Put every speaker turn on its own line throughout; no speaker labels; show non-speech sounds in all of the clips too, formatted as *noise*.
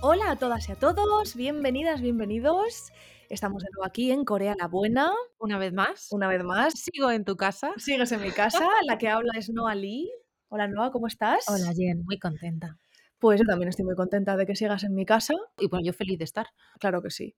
Hola a todas y a todos, bienvenidas, bienvenidos. Estamos de nuevo aquí en Corea la Buena,
Una vez más,
una vez más.
sigo en tu casa.
Sigues en mi casa, la que habla es Noa Lee. Hola Noa, ¿cómo estás?
Hola Jen, muy contenta.
Pues yo también estoy muy contenta de que sigas en mi casa.
Y bueno, yo feliz de estar.
Claro que sí.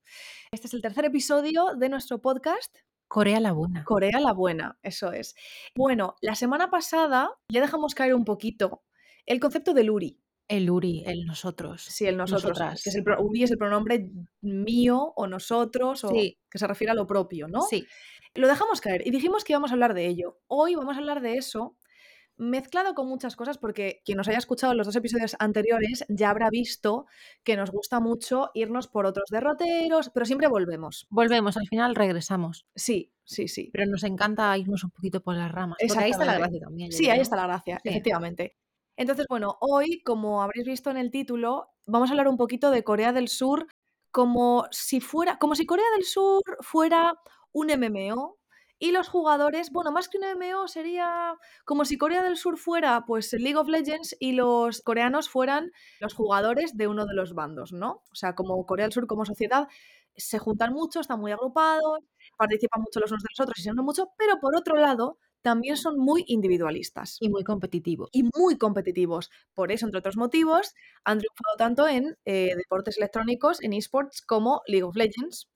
Este es el tercer episodio de nuestro podcast
Corea la Buena.
Corea la Buena, eso es. Bueno, la semana pasada ya dejamos caer un poquito el concepto del URI.
El Uri, el nosotros.
Sí, el nosotros.
Nosotras.
Que es el pro- Uri es el pronombre mío o nosotros o
Sí.
que se refiere a lo propio, ¿no?
Sí,
Lo dejamos caer y dijimos que íbamos a hablar de ello. Hoy vamos a hablar de eso mezclado con muchas cosas porque quien nos haya escuchado en los dos episodios anteriores ya habrá visto que nos gusta mucho irnos por otros derroteros, pero siempre volvemos.
volvemos, al final regresamos.
Sí, sí, sí.
Pero nos encanta irnos un poquito por las ramas. Porque ahí está la
Exactamente.
gracia también. ¿eh? yo
Sí, ahí
creo.
está la gracia,
Sí.
efectivamente. Entonces, bueno, hoy, como habréis visto en el título, vamos a hablar un poquito de Corea del Sur como si fuera, como si Corea del Sur fuera un MMO y los jugadores, bueno, más que un MMO sería como si Corea del Sur fuera pues League of Legends y los coreanos fueran los jugadores de uno de los bandos, ¿no? O sea, como Corea del Sur como sociedad se juntan mucho, están muy agrupados, participan mucho los unos de los otros y se unen mucho, pero por otro lado también son muy individualistas
Y muy competitivo.
y muy competitivos. Por eso, entre otros motivos, han triunfado tanto en eh, deportes electrónicos, en esports, como League of Legends.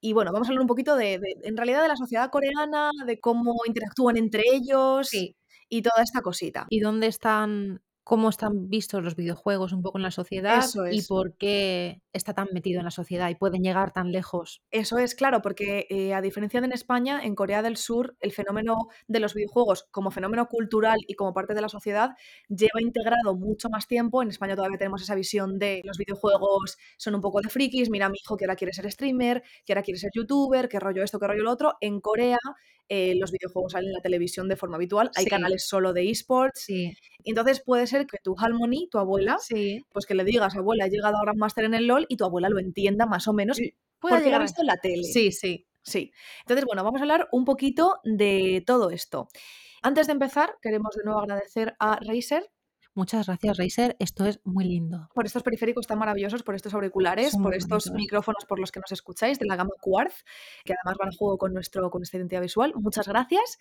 Y bueno, vamos a hablar un poquito de, de- en realidad, de la sociedad coreana, de cómo interactúan entre ellos
Sí.
y toda esta cosita.
¿Y dónde están, cómo están vistos los videojuegos un poco en la sociedad?
Eso
¿Y
es.
por qué está tan metido en la sociedad y pueden llegar tan lejos?
Eso es claro, porque eh, a diferencia de en España, en Corea del Sur, el fenómeno de los videojuegos como fenómeno cultural y como parte de la sociedad lleva integrado mucho más tiempo. En España todavía tenemos esa visión de los videojuegos son un poco de frikis, mira a mi hijo que ahora quiere ser streamer, que ahora quiere ser youtuber, que rollo esto, que rollo lo otro. En Corea eh, los videojuegos salen en la televisión de forma habitual, hay
Sí.
canales solo de esports.
Sí,
Entonces puede ser que tu Harmony, tu abuela,
sí.
pues que le digas, abuela, he llegado ahora a un máster en el LOL y tu abuela lo entienda más o menos.
Sí,
Porque
Puede
lo ha
llegar a-
visto en la tele.
Sí, sí.
Sí. Entonces, bueno, vamos a hablar un poquito de todo esto. Antes de empezar, queremos de nuevo agradecer a Razer
Muchas gracias, Razer. Esto es muy lindo.
por estos periféricos tan maravillosos, por estos auriculares,
Son muy
por estos
bonitos.
micrófonos por los que nos escucháis de la gama Quartz, que además van a juego con, nuestro, con nuestra identidad visual. Muchas gracias.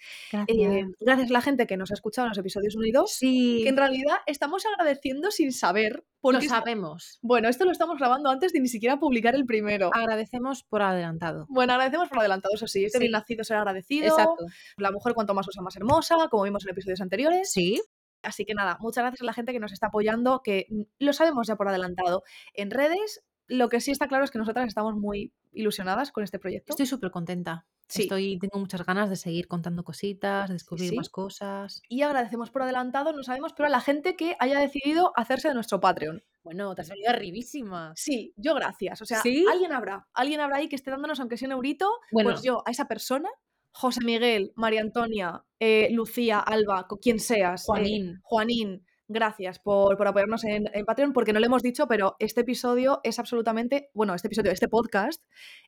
Eh, gracias a la gente que nos ha escuchado en los episodios unidos.
sí,
Que en realidad estamos agradeciendo sin saber.
lo
Porque es-
sabemos.
Bueno, esto lo estamos grabando antes de ni siquiera publicar el primero.
Agradecemos por adelantado.
Bueno, agradecemos por adelantado, eso Ah. sí. Este
Sí.
bien nacido será agradecido.
Exacto.
la mujer cuanto más usa más hermosa, como vimos en episodios anteriores.
Sí,
Así que nada, muchas gracias a la gente que nos está apoyando, que mm, lo sabemos ya por adelantado en redes. Lo que sí está claro es que nosotras estamos muy ilusionadas con este proyecto.
estoy súper contenta.
Sí.
Estoy, tengo muchas ganas de seguir contando cositas, de descubrir
sí.
más cosas.
Y agradecemos por adelantado, no sabemos, pero a la gente que haya decidido hacerse de nuestro Patreon.
Bueno, te has venido arribísima.
Sí, yo gracias. O sea,
¿Sí?
alguien habrá, alguien habrá ahí que esté dándonos, aunque sea un eurito,
Bueno,
pues yo a esa persona, José Miguel, María Antonia, eh, Lucía, Alba, co- quien seas, eh,
Juanín.
Juanín, gracias por, por apoyarnos en, en Patreon, porque no lo hemos dicho, pero este episodio es absolutamente, bueno, este episodio, este podcast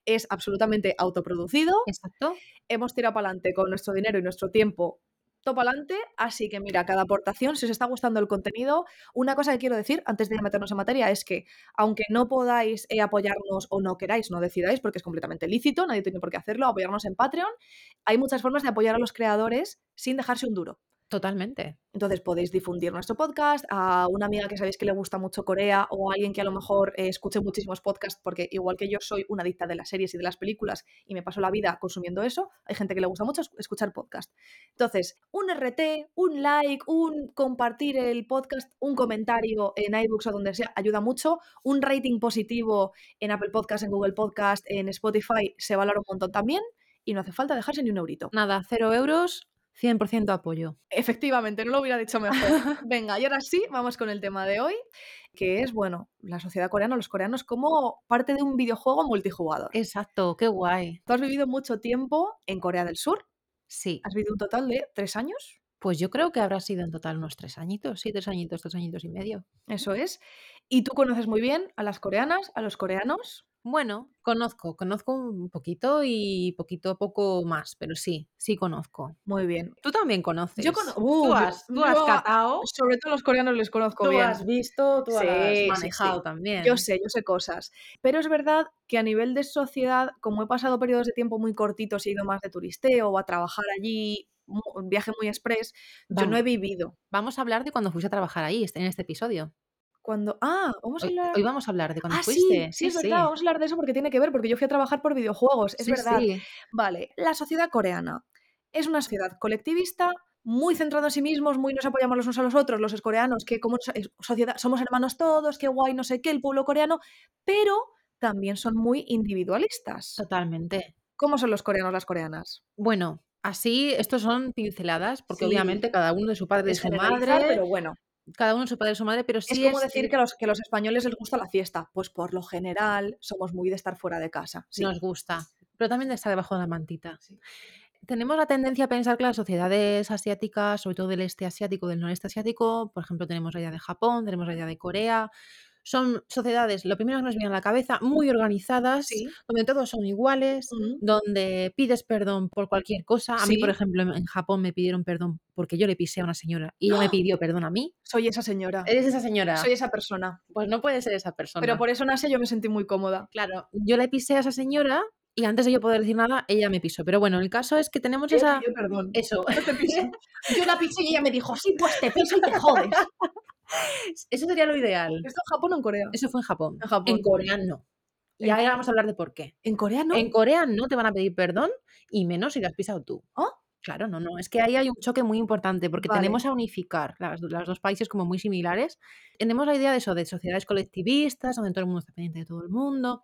es absolutamente autoproducido.
Exacto.
Hemos tirado para adelante con nuestro dinero y nuestro tiempo. Todo para adelante, así que mira, cada aportación, si os está gustando el contenido, una cosa que quiero decir antes de meternos en materia es que, aunque no podáis eh, apoyarnos o no queráis, no decidáis, porque es completamente lícito, nadie tiene por qué hacerlo, apoyarnos en Patreon, hay muchas formas de apoyar a los creadores sin dejarse un duro.
Totalmente.
Entonces podéis difundir nuestro podcast a una amiga que sabéis que le gusta mucho Corea o a alguien que a lo mejor eh, escuche muchísimos podcasts porque igual que yo soy una adicta de las series y de las películas y me paso la vida consumiendo eso, hay gente que le gusta mucho es- escuchar podcast. Entonces, un RT, un like, un compartir el podcast, un comentario en iBooks o donde sea, ayuda mucho. Un rating positivo en Apple Podcast, en Google Podcast, en Spotify se valora un montón también y no hace falta dejarse ni un eurito.
Nada, cero euros, 100% apoyo.
Efectivamente, no lo hubiera dicho *laughs* mejor. Venga, y ahora sí, vamos con el tema de hoy, que es, bueno, la sociedad coreana, los coreanos, como parte de un videojuego multijugador.
Exacto, qué guay.
Tú has vivido mucho tiempo en Corea del Sur,
Sí,
has vivido un total de tres años,
pues yo creo que habrá sido en total unos tres añitos, sí, tres añitos, tres añitos y medio.
eso es, y tú conoces muy bien a las coreanas, a los coreanos,
Bueno, conozco, conozco un poquito y poquito a poco más, pero sí, sí conozco.
Muy bien.
Tú también conoces.
Yo cono-
Tú
¡Uh! Yo-
has, tú has
yo a-
catado,
sobre todo a los coreanos les conozco
tú
bien.
has visto, tú
Sí, sí,
has manejado
sí.
también.
Yo sé, yo sé cosas. Pero es verdad que a nivel de sociedad, como he pasado periodos de tiempo muy cortitos, he ido más de turisteo o a trabajar allí, mu- un viaje muy express, yo no
Vamos,
he vivido.
vamos a hablar de cuando fuiste a trabajar ahí, este- en este episodio.
Cuando. Ah, vamos a
Hoy,
hablar.
hoy vamos a hablar de cuando
Ah, sí, sí,
fuiste. Sí,
es verdad,
sí.
vamos a hablar de eso porque tiene que ver, porque yo fui a trabajar por videojuegos, es
Sí,
verdad.
sí.
Vale, la sociedad coreana es una sociedad colectivista, muy centrada en sí mismos, muy nos apoyamos los unos a los otros, los coreanos, que como so- es- sociedad, somos hermanos todos, qué guay, no sé qué, el pueblo coreano, pero también son muy individualistas.
Totalmente.
¿Cómo son los coreanos, las coreanas?
Bueno, así, estos son pinceladas, porque
Sí,
obviamente cada uno de su padre y de
es
su
generalizar,
madre,
pero bueno.
cada uno de su padre y de su madre, pero
Es
sí
como
es
decir que a los, que a los españoles les gusta la fiesta. Pues por lo general somos muy de estar fuera de casa, sí.
nos gusta, pero también de estar debajo de la mantita.
Sí.
Tenemos la tendencia a pensar que las sociedades asiáticas, sobre todo del este asiático, del noreste asiático, por ejemplo, tenemos la idea de Japón, tenemos la idea de Corea, son sociedades, lo primero que nos viene a la cabeza, muy organizadas,
Sí.
donde todos son iguales,
Mm.
donde pides perdón por cualquier cosa. A mí, por
Sí.
ejemplo, en en Japón me pidieron perdón porque yo le pisé a una señora y ella me
¡Ah!
pidió perdón a mí.
Soy esa señora.
¿Eres esa señora?
Soy esa persona.
Pues no puede ser esa
Pero
persona.
por eso en Asia yo me sentí muy cómoda.
Claro, yo le pisé a esa señora y antes de yo poder decir nada, ella me pisó. Pero bueno, el caso es que tenemos
Ella
esa...
pidió perdón.
Eso.
Yo *laughs* te piso. Yo la pisé y ella me dijo, sí, pues te piso y te jodes.
*laughs* Eso sería lo ideal.
¿Esto en Japón o en Corea?
Eso fue en Japón.
En
En
Japón.
Corea no. Y
¿En,
ahora vamos a hablar de por qué.
en Corea no?
En Corea no te van a pedir perdón y menos si lo has pisado tú.
¿Ah?
Claro, no, no. Es que ahí hay un choque muy importante porque
Vale.
tenemos a unificar las, do- los dos países como muy similares. Tenemos la idea de eso, de sociedades colectivistas, donde todo el mundo está pendiente de todo el mundo.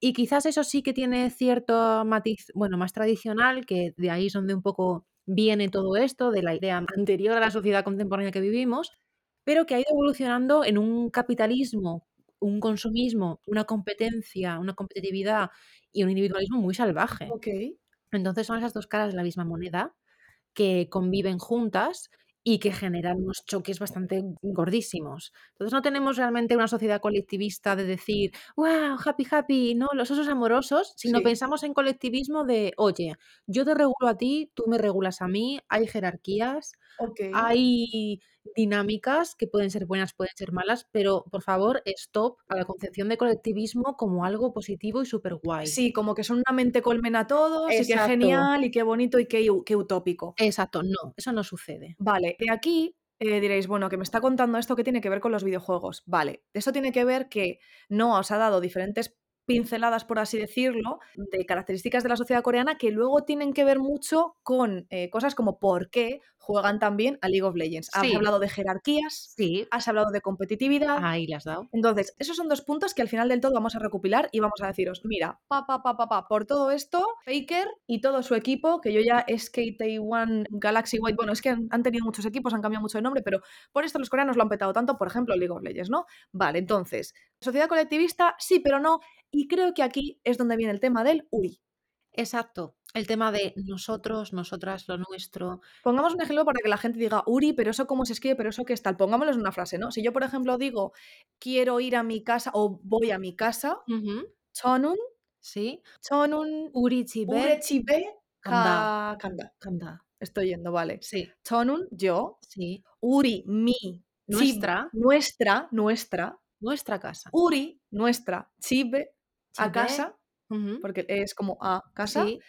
Y quizás eso sí que tiene cierto matiz, bueno, más tradicional, que de ahí es donde un poco viene todo esto, de la idea anterior a la sociedad contemporánea que vivimos, pero que ha ido evolucionando en un capitalismo, un consumismo, una competencia, una competitividad y un individualismo muy salvaje.
Ok.
Entonces son esas dos caras de la misma moneda que conviven juntas y que generan unos choques bastante gordísimos. Entonces no tenemos realmente una sociedad colectivista de decir, wow, happy, happy, no, los osos amorosos, sino
Sí.
pensamos en colectivismo de, oye, yo te regulo a ti, tú me regulas a mí, hay jerarquías,
Ok.
hay dinámicas que pueden ser buenas, pueden ser malas, pero por favor, stop a la concepción de colectivismo como algo positivo y súper guay.
Sí, como que son una mente colmena todos y qué
Exacto,
genial y qué bonito y qué, u- qué utópico.
exacto, no, eso no sucede.
Vale, y aquí eh, diréis, bueno, que me está contando esto que tiene que ver con los videojuegos. Vale, esto tiene que ver que no os ha dado diferentes pinceladas, por así decirlo, de características de la sociedad coreana que luego tienen que ver mucho con eh, cosas como por qué juegan también a League of Legends. Has
Sí,
hablado de jerarquías,
sí,
has hablado de competitividad.
ahí las has dado.
Entonces, esos son dos puntos que al final del todo vamos a recopilar y vamos a deciros, mira, pa, pa, pa, pa, pa, por todo esto, Faker y todo su equipo, que yo ya SK-T1 Galaxy White, bueno, es que han, han tenido muchos equipos, han cambiado mucho de nombre, pero por esto los coreanos lo han petado tanto, por ejemplo, League of Legends, ¿no? Vale, entonces, sociedad colectivista, sí, pero no, y creo que aquí es donde viene el tema del URI.
Exacto, el tema de nosotros, nosotras, lo nuestro.
Pongamos un ejemplo para que la gente diga, Uri, pero eso cómo se escribe, pero eso qué es tal. Pongámoslo en una frase, ¿no? Si yo, por ejemplo, digo, quiero ir a mi casa o voy a mi casa,
Ujú,
Chonun,
Sí,
Chonun
Uri Chibe
Urechibe
Kanda,
ka kanda.
Kanda.
Estoy yendo, vale.
Sí,
Chonun, yo.
sí,
Uri, mi. Chib,
nuestra,
nuestra, nuestra.
nuestra casa.
Uri, nuestra. Chibe, a
Chibe,
casa,
ujú,
porque es como a casa.
Sí,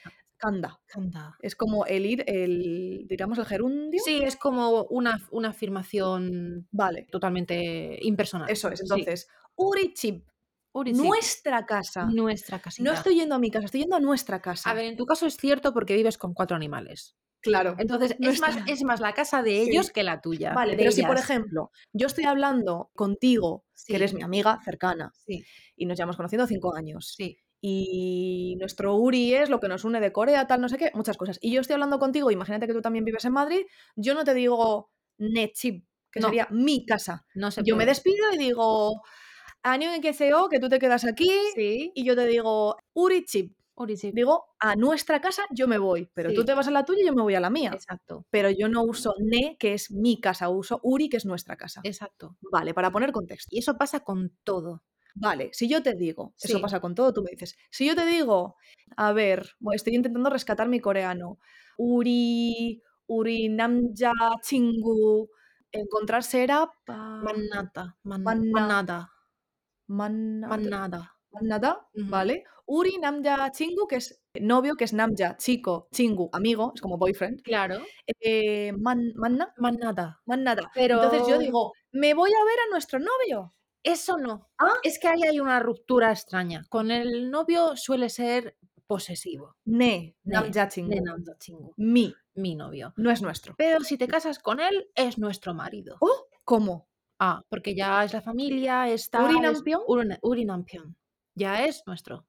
Kanda.
Kanda.
Es como el ir, el, digamos, el gerundio.
Sí, es como una, una afirmación
Vale,
totalmente impersonal.
eso es.
Sí,
Entonces, Uri, chib,
Uri Chib,
nuestra casa.
nuestra
No
casita.
estoy yendo a mi casa, estoy yendo a nuestra
Ah. A
casa.
ver, en tu caso es cierto porque vives con cuatro animales.
Claro,
Entonces, es más,
nuestra.
es más la casa de ellos
Sí.
que la tuya,
Vale,
de
pero si por
ellas.
ejemplo yo estoy hablando contigo, que eres
Sí,
mi amiga cercana,
sí,
y nos llevamos conociendo cinco años,
sí.
y nuestro URI es lo que nos une de Corea, tal, no sé qué, muchas cosas, y yo estoy hablando contigo, imagínate que tú también vives en Madrid, yo no te digo Nechib, que
No,
sería mi casa.
no se
Yo me
puede.
despido y digo, Año que seo, que tú te quedas aquí,
Sí,
y yo te digo, Uri Chip.
Uri Chib,
Digo, a nuestra casa yo me voy, pero tú
Sí,
te vas a la tuya y yo me voy a la mía
exacto,
pero yo no uso ne, que es mi casa, uso uri, que es nuestra casa.
exacto.
Vale, para poner contexto.
Y eso pasa con todo.
Vale, si yo te digo, eso
Sí.
pasa con todo, tú me dices, si yo te digo, a ver, bueno, estoy intentando rescatar mi coreano, Uri, Uri, Namja, Chingu, encontrarse era pa-
Manata, man,
Manna-
manada,
manada,
manada.
manada,
Ujú.
¿vale? Uri, Namja, Chingu, que es novio, que es Namja, chico, Chingu, amigo, es como boyfriend,
Claro.
eh, man, manna,
Manada.
manada. Entonces yo
Pero
digo, me voy a ver a nuestro novio.
eso no.
Ah,
Es que ahí hay una ruptura extraña. Con el novio suele ser posesivo.
ne,
Ne,
Namja,
ne
Chingu,
namdo chingu,
mi,
mi novio.
no es nuestro.
Pero si te casas con él, es nuestro marido.
Oh, ¿cómo?
Ah, porque ya es la familia, está, es
¿Urinampión?
urina- urinampión. Ya es nuestro.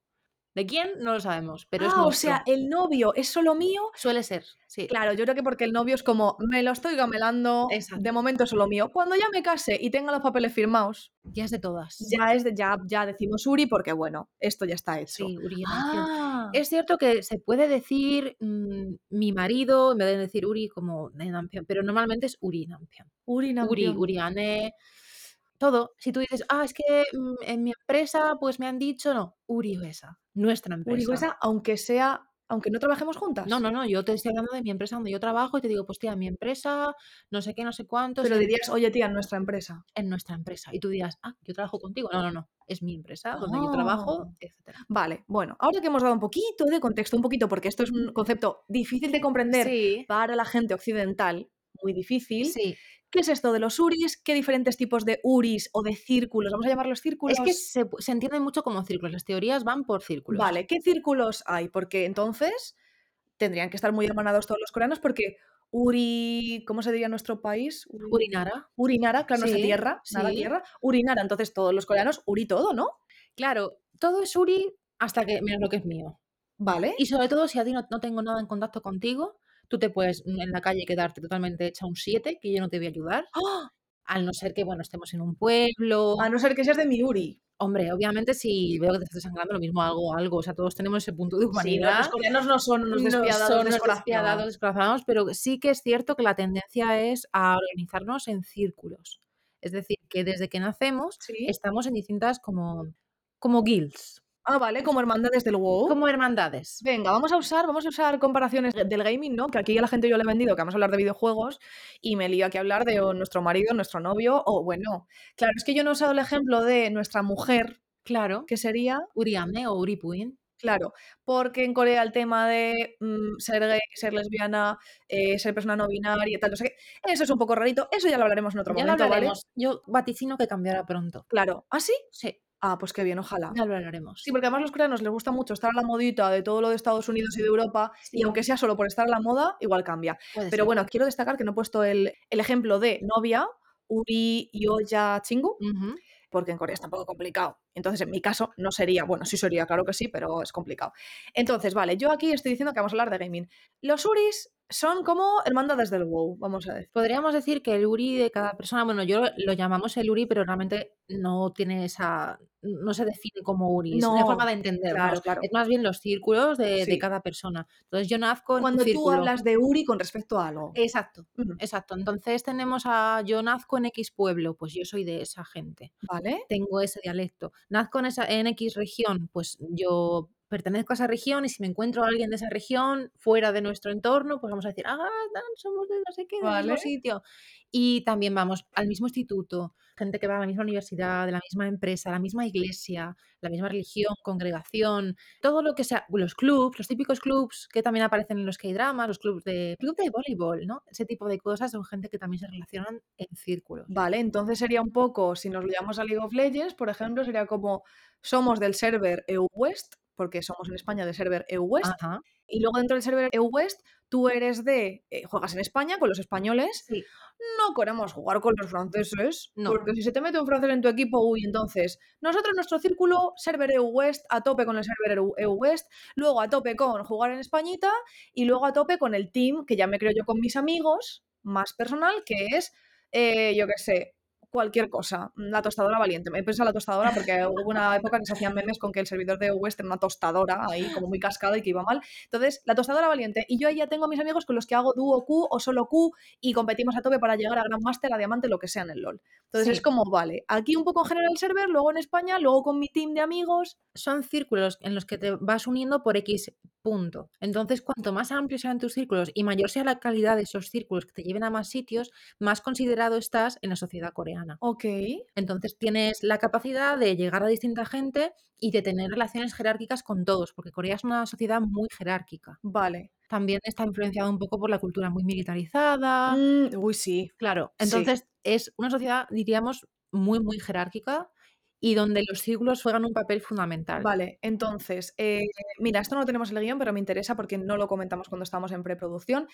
¿De quién? No lo sabemos, pero es
Ah, o sea,
nuestro.
el novio es solo mío.
Suele ser, sí.
Claro, yo creo que porque el novio es como, me lo estoy gamelando, de
Exacto.
momento es solo mío. Cuando ya me case y tenga los papeles firmados,
Ya es de todas.
ya es de, ya, ya decimos Uri porque bueno, esto ya está hecho.
Sí, Uri Nampión.
Ah,
Es cierto que se puede decir mm, mi marido, en vez de decir Uri como de Nampión, pero normalmente es Uri Nampión.
Uri
Uri, Uriane, todo. Si tú dices, ah, es que mm, en mi empresa pues me han dicho, no, Uri Besa, nuestra
Uri
empresa.
aunque sea, aunque no trabajemos juntas.
No, no, no, yo te estoy hablando de mi empresa donde yo trabajo y te digo, pues tía, mi empresa, no sé qué, no sé cuántos,
Pero
en,
dirías, oye tía, en nuestra empresa.
en nuestra empresa. Y tú dirás, ah, yo trabajo contigo. No, no, no, es mi empresa donde yo
Ah.
trabajo, etcétera.
Vale, bueno, ahora que hemos dado un poquito de contexto, un poquito, porque esto es un concepto difícil de comprender
Sí,
para la gente occidental, muy difícil.
sí.
¿Qué es esto de los uris? ¿Qué diferentes tipos de uris o de círculos? Vamos a llamarlos
Es que
círculos.
se, pu- se entiende mucho como círculos, las teorías van por círculos.
Vale, ¿qué círculos hay? Porque entonces tendrían que estar muy hermanados todos los coreanos, porque uri, ¿cómo se diría en nuestro país? Uri,
Urinara.
urinara, claro, nuestra
Sí,
tierra, nada
sí.
tierra, urinara. Entonces todos los coreanos, uri todo, ¿no?
Claro, todo es Uri hasta que menos lo que es mío.
Vale,
Y sobre todo, si a ti no, no tengo nada en contacto contigo, tú te puedes mm, en la calle quedarte totalmente hecha un 7, que yo no te voy a ayudar,
¡Ah!
al no ser que, bueno, estemos en un pueblo.
a no ser que seas de mi uri.
Hombre, obviamente si veo que te estás sangrando, lo mismo algo, algo. O sea, todos tenemos ese punto de
Sí, lo- los
humanidad.
coreanos no son unos
No
despiadados,
son los despiadados,
descorazonados.
descorazonados, pero sí que es cierto que la tendencia es a organizarnos en círculos. Es decir, que desde que nacemos
Sí.
estamos en distintas como, como guilds,
Ah, vale, como hermandades del WoW.
como hermandades.
Venga, vamos a usar, vamos a usar comparaciones de- del gaming, ¿no? Que aquí a la gente yo le he vendido que vamos a hablar de videojuegos y me lío aquí a hablar de o nuestro marido, nuestro novio o bueno. Claro, es que yo no he usado el ejemplo de nuestra mujer,
Claro,
que sería,
Uriane o Uripuin.
claro, porque en Corea el tema de mm, ser gay, ser lesbiana, eh, ser persona no binaria, tal, no sé qué, eso es un poco rarito, eso ya lo hablaremos en otro
Ya lo
momento, ¿vale?
hablaremos. Yo vaticino que cambiará pronto.
Claro. ¿Ah, sí?
Sí,
Ah, pues qué bien, ojalá.
ya lo
Sí,
hablaremos.
porque además los coreanos les gusta mucho estar a la modita de todo lo de Estados Unidos y de Europa, y
Sí,
aunque sea solo por estar a la moda, igual cambia.
puede
Pero
ser.
bueno, quiero destacar que no he puesto el, el ejemplo de novia, Uri, Yoya, Chingu,
Ujú.
porque en Corea está un poco complicado. Entonces, en mi caso, no sería, bueno, sí sería, claro que sí, pero es complicado. Entonces, vale, yo aquí estoy diciendo que vamos a hablar de gaming. Los Uris son como hermandades del WoW, vamos a decir.
Podríamos decir que el URI de cada persona, bueno, yo lo lo llamamos el URI, pero realmente no tiene esa, no se define como URI, es una forma
No, claro,
de entendernos, es
claro, eh,
más bien los círculos de, de
sí.
cada persona. Entonces yo nazco en un
Cuando tú
círculo. Eh,
hablas de Uri con respecto a algo.
Exacto,
Ujú,
exacto. Entonces tenemos a yo nazco en X pueblo, pues yo soy de esa gente,
¿Vale?
tengo ese dialecto. Nazco en, esa, en X región, pues yo pertenezco a esa región y si me encuentro a alguien de esa región fuera de nuestro entorno, pues vamos a decir, ah, tal, somos de no sé qué, del mismo
¿Vale?
sitio. Y también vamos al mismo instituto, gente que va a la misma universidad, de la misma empresa, la misma iglesia, la misma religión, congregación, todo lo que sea, los clubs, los típicos clubs que también aparecen en los que hay dramas, los clubs de, club de voleibol, ¿no? Ese tipo de cosas son gente que también se relacionan en círculos.
Vale, entonces sería un poco, si nos lo llamamos a League of Legends, por ejemplo, sería como somos del server EU-West, porque somos en España del server E EU-West,
Ajá.
y luego dentro del server EU-West tú eres de, eh, juegas en España con los españoles,
Sí.
no queremos jugar con los franceses,
No.
porque si se te mete un francés en tu equipo, uy, entonces, nosotros nuestro círculo, server EU-West, a tope con el server EU-West, luego a tope con jugar en Españita, y luego a tope con el team, que ya me creo yo con mis amigos, más personal, que es, eh, yo qué sé, cualquier cosa. La tostadora valiente. Me pensado la tostadora porque *laughs* hubo una época que se hacían memes con que el servidor de OS tenía una tostadora ahí como muy cascada y que iba mal. Entonces, la tostadora valiente. Y yo ahí ya tengo a mis amigos con los que hago dúo Q o solo Q y competimos a tope para llegar a Grand Master, a Diamante, lo que sea en el LOL. Entonces
Sí.
es como, vale, aquí un poco en general server, luego en España, luego con mi team de amigos.
Son círculos en los que te vas uniendo por X punto. Entonces, cuanto más amplios sean tus círculos y mayor sea la calidad de esos círculos que te lleven a más sitios, más considerado estás en la sociedad coreana.
Ok.
Entonces tienes la capacidad de llegar a distinta gente y de tener relaciones jerárquicas con todos, porque Corea es una sociedad muy jerárquica.
Vale.
También está influenciado un poco por la cultura muy militarizada.
Mm, uy, sí.
Claro,
Sí.
entonces es una sociedad, diríamos, muy, muy jerárquica y donde los círculos juegan un papel fundamental.
Vale, entonces, eh, mira, esto no lo tenemos en el guión, pero me interesa porque no lo comentamos cuando estábamos en preproducción.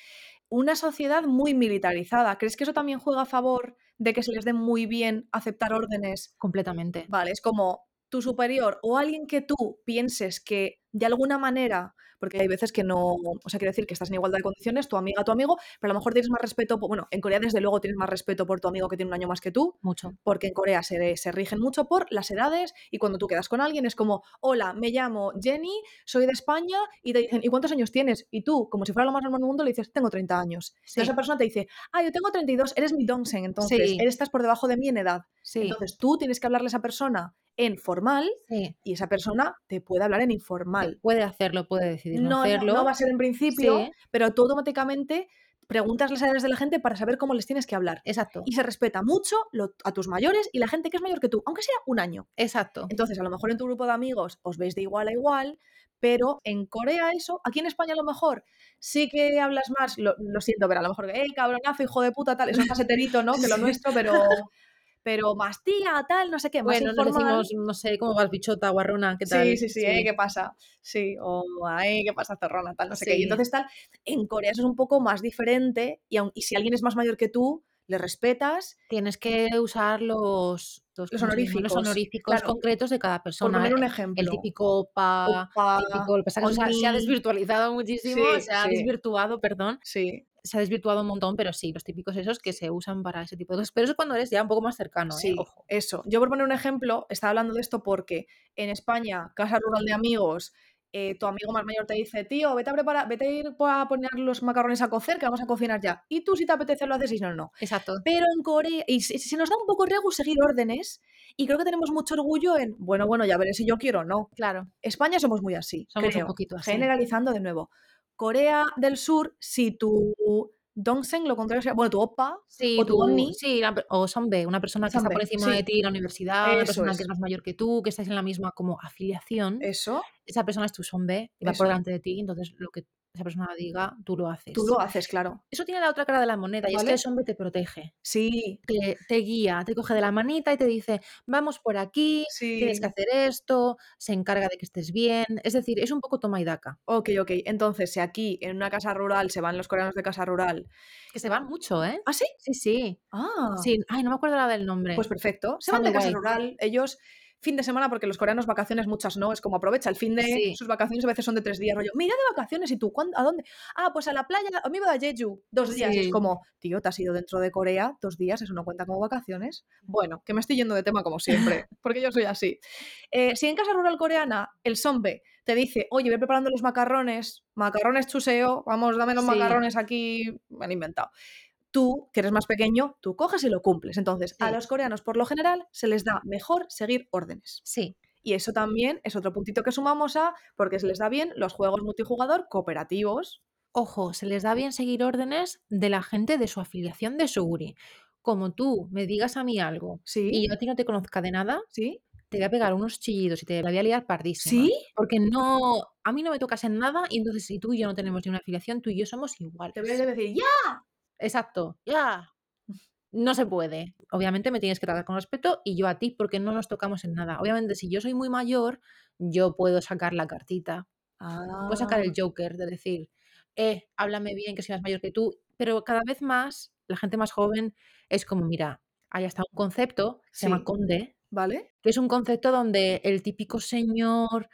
Una sociedad muy militarizada. ¿Crees que eso también juega a favor de que se les dé muy bien aceptar órdenes
Completamente.
Vale, es como tu superior o alguien que tú pienses que de alguna manera, porque hay veces que no, o sea, quiero decir que estás en igualdad de condiciones, tu amiga, tu amigo, pero a lo mejor tienes más respeto, por- bueno, en Corea desde luego tienes más respeto por tu amigo que tiene un año más que tú,
Mucho.
porque en Corea se, se rigen mucho por las edades y cuando tú quedas con alguien es como, hola, me llamo Jenny, soy de España y te dicen, ¿y cuántos años tienes? Y tú, como si fuera lo más normal del mundo, le dices, tengo 30 años.
Sí.
Entonces esa persona te dice, ah, yo tengo 32, eres mi dongsen, entonces,
Sí.
eres- estás por debajo de mí en edad.
Sí.
Entonces tú tienes que hablarle a esa persona en formal
sí.
y esa persona te puede hablar en
Sí,
informal.
Puede hacerlo, puede decidir
No,
no,
no,
hacerlo.
no va a ser en principio,
Sí.
pero tú automáticamente preguntas las edades de la gente para saber cómo les tienes que hablar.
Exacto.
Y se respeta mucho lo- a tus mayores y la gente que es mayor que tú, aunque sea un año.
Exacto.
Entonces, a lo mejor en tu grupo de amigos os veis de igual a igual, pero en Corea eso, aquí en España a lo mejor sí que hablas más, lo, lo siento, pero a lo mejor, eh, cabronazo, hijo de puta, tal, eso es más heterito, ¿no? Que lo
*laughs* Sí.
nuestro, pero, pero más tía, tal, no sé qué, más
Bueno, nos
informal.
decimos, no sé, ¿cómo vas, bichota, guarrona? ¿Qué tal?
Sí, sí, sí, eh, ¿qué pasa? Sí, o ay, ¿qué pasa, zorrona? Tal, no sé qué. Y
Sí.
entonces tal, en Corea eso es un poco más diferente y, aun- y si alguien es más mayor que tú, le respetas
Tienes que usar los, los,
Los
¿cómo se llaman? Los
honoríficos,
honoríficos
claro.
concretos de cada
por
persona.
poner un
eh, El
ejemplo.
típico opa,
opa,
típico. Lo que pasa es que se ha- se ha
oni,
desvirtualizado muchísimo,
Sí,
se ha
sí.
desvirtuado, perdón,
Sí,
se ha desvirtuado un montón, pero sí, los típicos esos que se usan para ese tipo de cosas. Pero eso es cuando eres ya un poco más cercano, ¿eh?
sí,
Ojo.
eso. Yo por poner un ejemplo, estaba hablando de esto porque en España, casa rural de amigos, eh, tu amigo más mayor te dice, tío, vete a preparar, vete a ir po- a poner los macarrones a cocer, que vamos a cocinar ya. Y tú si te apetece lo haces y si no, no.
Exacto.
pero en Corea, y se, se nos da un poco regu seguir órdenes, y creo que tenemos mucho orgullo en, bueno, bueno, ya veré si yo quiero o no.
Claro.
España somos muy así,
Somos un
creo.
poquito así.
Generalizando de nuevo. Corea del Sur, si tu dongsen, lo contrario, sea- bueno, tu opa,
Sí,
o tu
tú-
onni,
sí, la per- o Sonbe, una persona que está por
Sonbe,
encima
sí.
de ti en la universidad, una
Eso
persona
es.
que es más mayor que tú, que estáis en la misma como afiliación.
eso,
esa persona es tu sombra y va
Eso.
por delante de ti, entonces lo que esa persona diga, tú lo haces.
tú lo haces, claro.
Eso tiene la otra cara de la moneda y es que
¿Vale?
el sombra te protege,
Sí,
te, te guía, te coge de la manita y te dice, vamos por aquí, tienes
sí.
que hacer esto, se encarga de que estés bien. Es decir, es un poco toma y daca,
Ok, ok. Entonces, si aquí en una casa rural se van los coreanos de casa rural.
que se van mucho, ¿eh?
¿Ah, sí?
Sí, sí.
Ah.
Sí, ay, no me acuerdo ahora del nombre.
Pues perfecto. Se
Está
van de
muy
casa
guay.
rural, ellos fin de semana, porque los coreanos vacaciones muchas no, es como aprovecha el fin de
Sí.
sus vacaciones, a veces son de tres días, rollo, mira de vacaciones y tú, ¿cuán- ¿a dónde? Ah, pues a la playa, a mí me iba a Jeju, dos días, y es
Sí.
como, tío, te has ido dentro de Corea, dos días, eso no cuenta como vacaciones. Bueno, que me estoy yendo de tema como siempre, porque yo soy así. Eh, si en casa rural coreana el sombe te dice, oye, ve preparando los macarrones, macarrones chuseo, vamos, dame los
Sí.
macarrones aquí, me han inventado tú, que eres más pequeño, tú coges y lo cumples. Entonces, a
Sí.
los coreanos, por lo general, se les da mejor seguir órdenes.
Sí.
Y eso también es otro puntito que sumamos a, porque se les da bien los juegos multijugador cooperativos.
Ojo, se les da bien seguir órdenes de la gente de su afiliación de Suguri. Como tú me digas a mí algo
¿Sí?
y yo a ti no te conozca de nada,
¿Sí?
te voy a pegar unos chillidos y te la voy a liar pardísima.
¿Sí?
Porque no, a mí no me tocas en nada y entonces si tú y yo no tenemos ni una afiliación, tú y yo somos
Te voy
iguales.
a decir, ¡ya!
Exacto, ya. No se puede. Obviamente me tienes que tratar con respeto y yo a ti porque no nos tocamos en nada. Obviamente si yo soy muy mayor, yo puedo sacar la cartita puedo sacar
Ah,
el Joker de decir, eh, háblame bien, que soy más mayor que tú, pero cada vez más la gente más joven es como, mira, hay hasta un concepto, se llama
sí.
conde,
Ah, ¿Vale?
que es un concepto donde el típico señor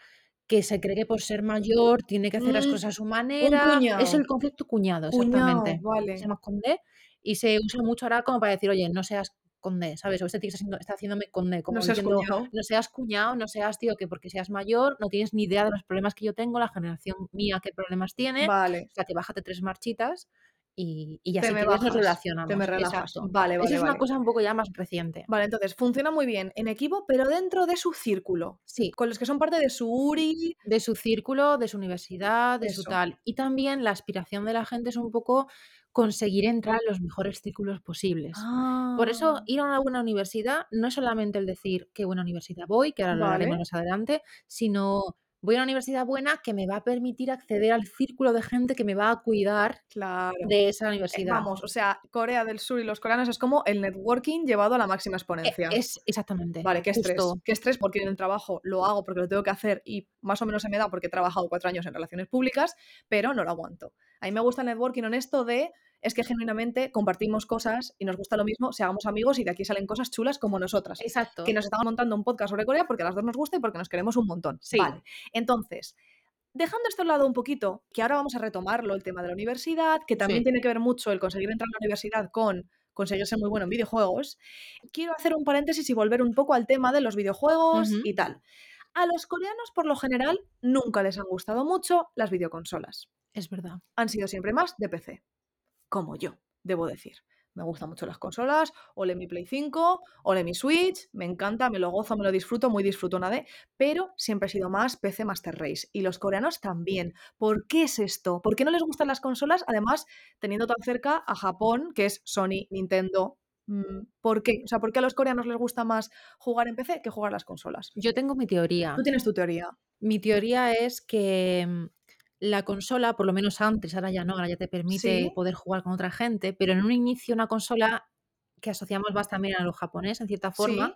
que se cree que por ser mayor tiene que hacer las
Mm,
cosas a su
un
manera, es
cuñado.
el concepto cuñado,
Cuñado,
exactamente,
vale.
se llama conde y se usa mucho ahora como para decir, oye, no seas conde, ¿sabes? O este tío está, haciendo- está haciéndome conde, como
No seas
diciendo,
cuñado.
no seas cuñado, no seas tío, que porque seas mayor no tienes ni idea de los problemas que yo tengo, la generación mía qué problemas tiene,
Vale.
o sea, que bájate tres marchitas y, y ya
Te
si
me
quieres nos
bajas,
relacionamos.
Te me relajas.
Exacto.
Vale, vale,
Eso es
vale.
una cosa un poco ya más reciente.
Vale, entonces funciona muy bien en equipo, pero dentro de su círculo,
Sí,
con los que son parte de su URI.
de su círculo, de su universidad, de su
Eso.
tal. Y también la aspiración de la gente es un poco conseguir entrar en los mejores círculos posibles. Por eso
Ah,
ir a una buena universidad no es solamente el decir qué buena universidad voy, que ahora lo
Vale.
hablaremos más adelante, sino voy a una universidad buena que me va a permitir acceder al círculo de gente que me va a cuidar
Claro.
de esa
Eh,
universidad.
Vamos, o sea, Corea del Sur y los coreanos es como el networking llevado a la máxima
E-
exponencia.
Es exactamente.
Vale, qué estrés.
Justo.
Qué estrés porque en el trabajo lo hago porque lo tengo que hacer y más o menos se me da porque he trabajado cuatro años en relaciones públicas, pero no lo aguanto. A mí me gusta el networking honesto de es que genuinamente compartimos cosas y nos gusta lo mismo, seamos amigos y de aquí salen cosas chulas como nosotras.
Exacto.
Que nos estamos montando un podcast sobre Corea porque a las dos nos gusta y porque nos queremos un montón.
Sí.
Vale. Entonces, dejando esto a un lado un poquito, que ahora vamos a retomarlo, el tema de la universidad, que también
Sí.
tiene que ver mucho el conseguir entrar a la universidad con conseguir ser muy bueno en videojuegos, quiero hacer un paréntesis y volver un poco al tema de los videojuegos
Ujú.
y tal. A los coreanos, por lo general, nunca les han gustado mucho las videoconsolas.
Es verdad.
Han sido siempre más de PC, como yo, debo decir. Me gustan mucho las consolas, ole mi Play 5, ole mi Switch, me encanta, me lo gozo, me lo disfruto, muy disfrutona de, pero siempre he sido más PC Master Race. Y los coreanos también. ¿Por qué es esto? ¿Por qué no les gustan las consolas? Además, teniendo tan cerca a Japón, que es Sony, Nintendo. mm, ¿Por qué? O sea, ¿por qué a los coreanos les gusta más jugar en PC que jugar a las consolas?
Yo tengo mi teoría.
Tú tienes tu teoría.
Mi teoría es que mm, la consola, por lo menos antes, ahora ya no, ahora ya te permite
Sí.
poder jugar con otra gente, pero en un inicio una consola que asociamos más también a lo japonés, en cierta forma,
Sí.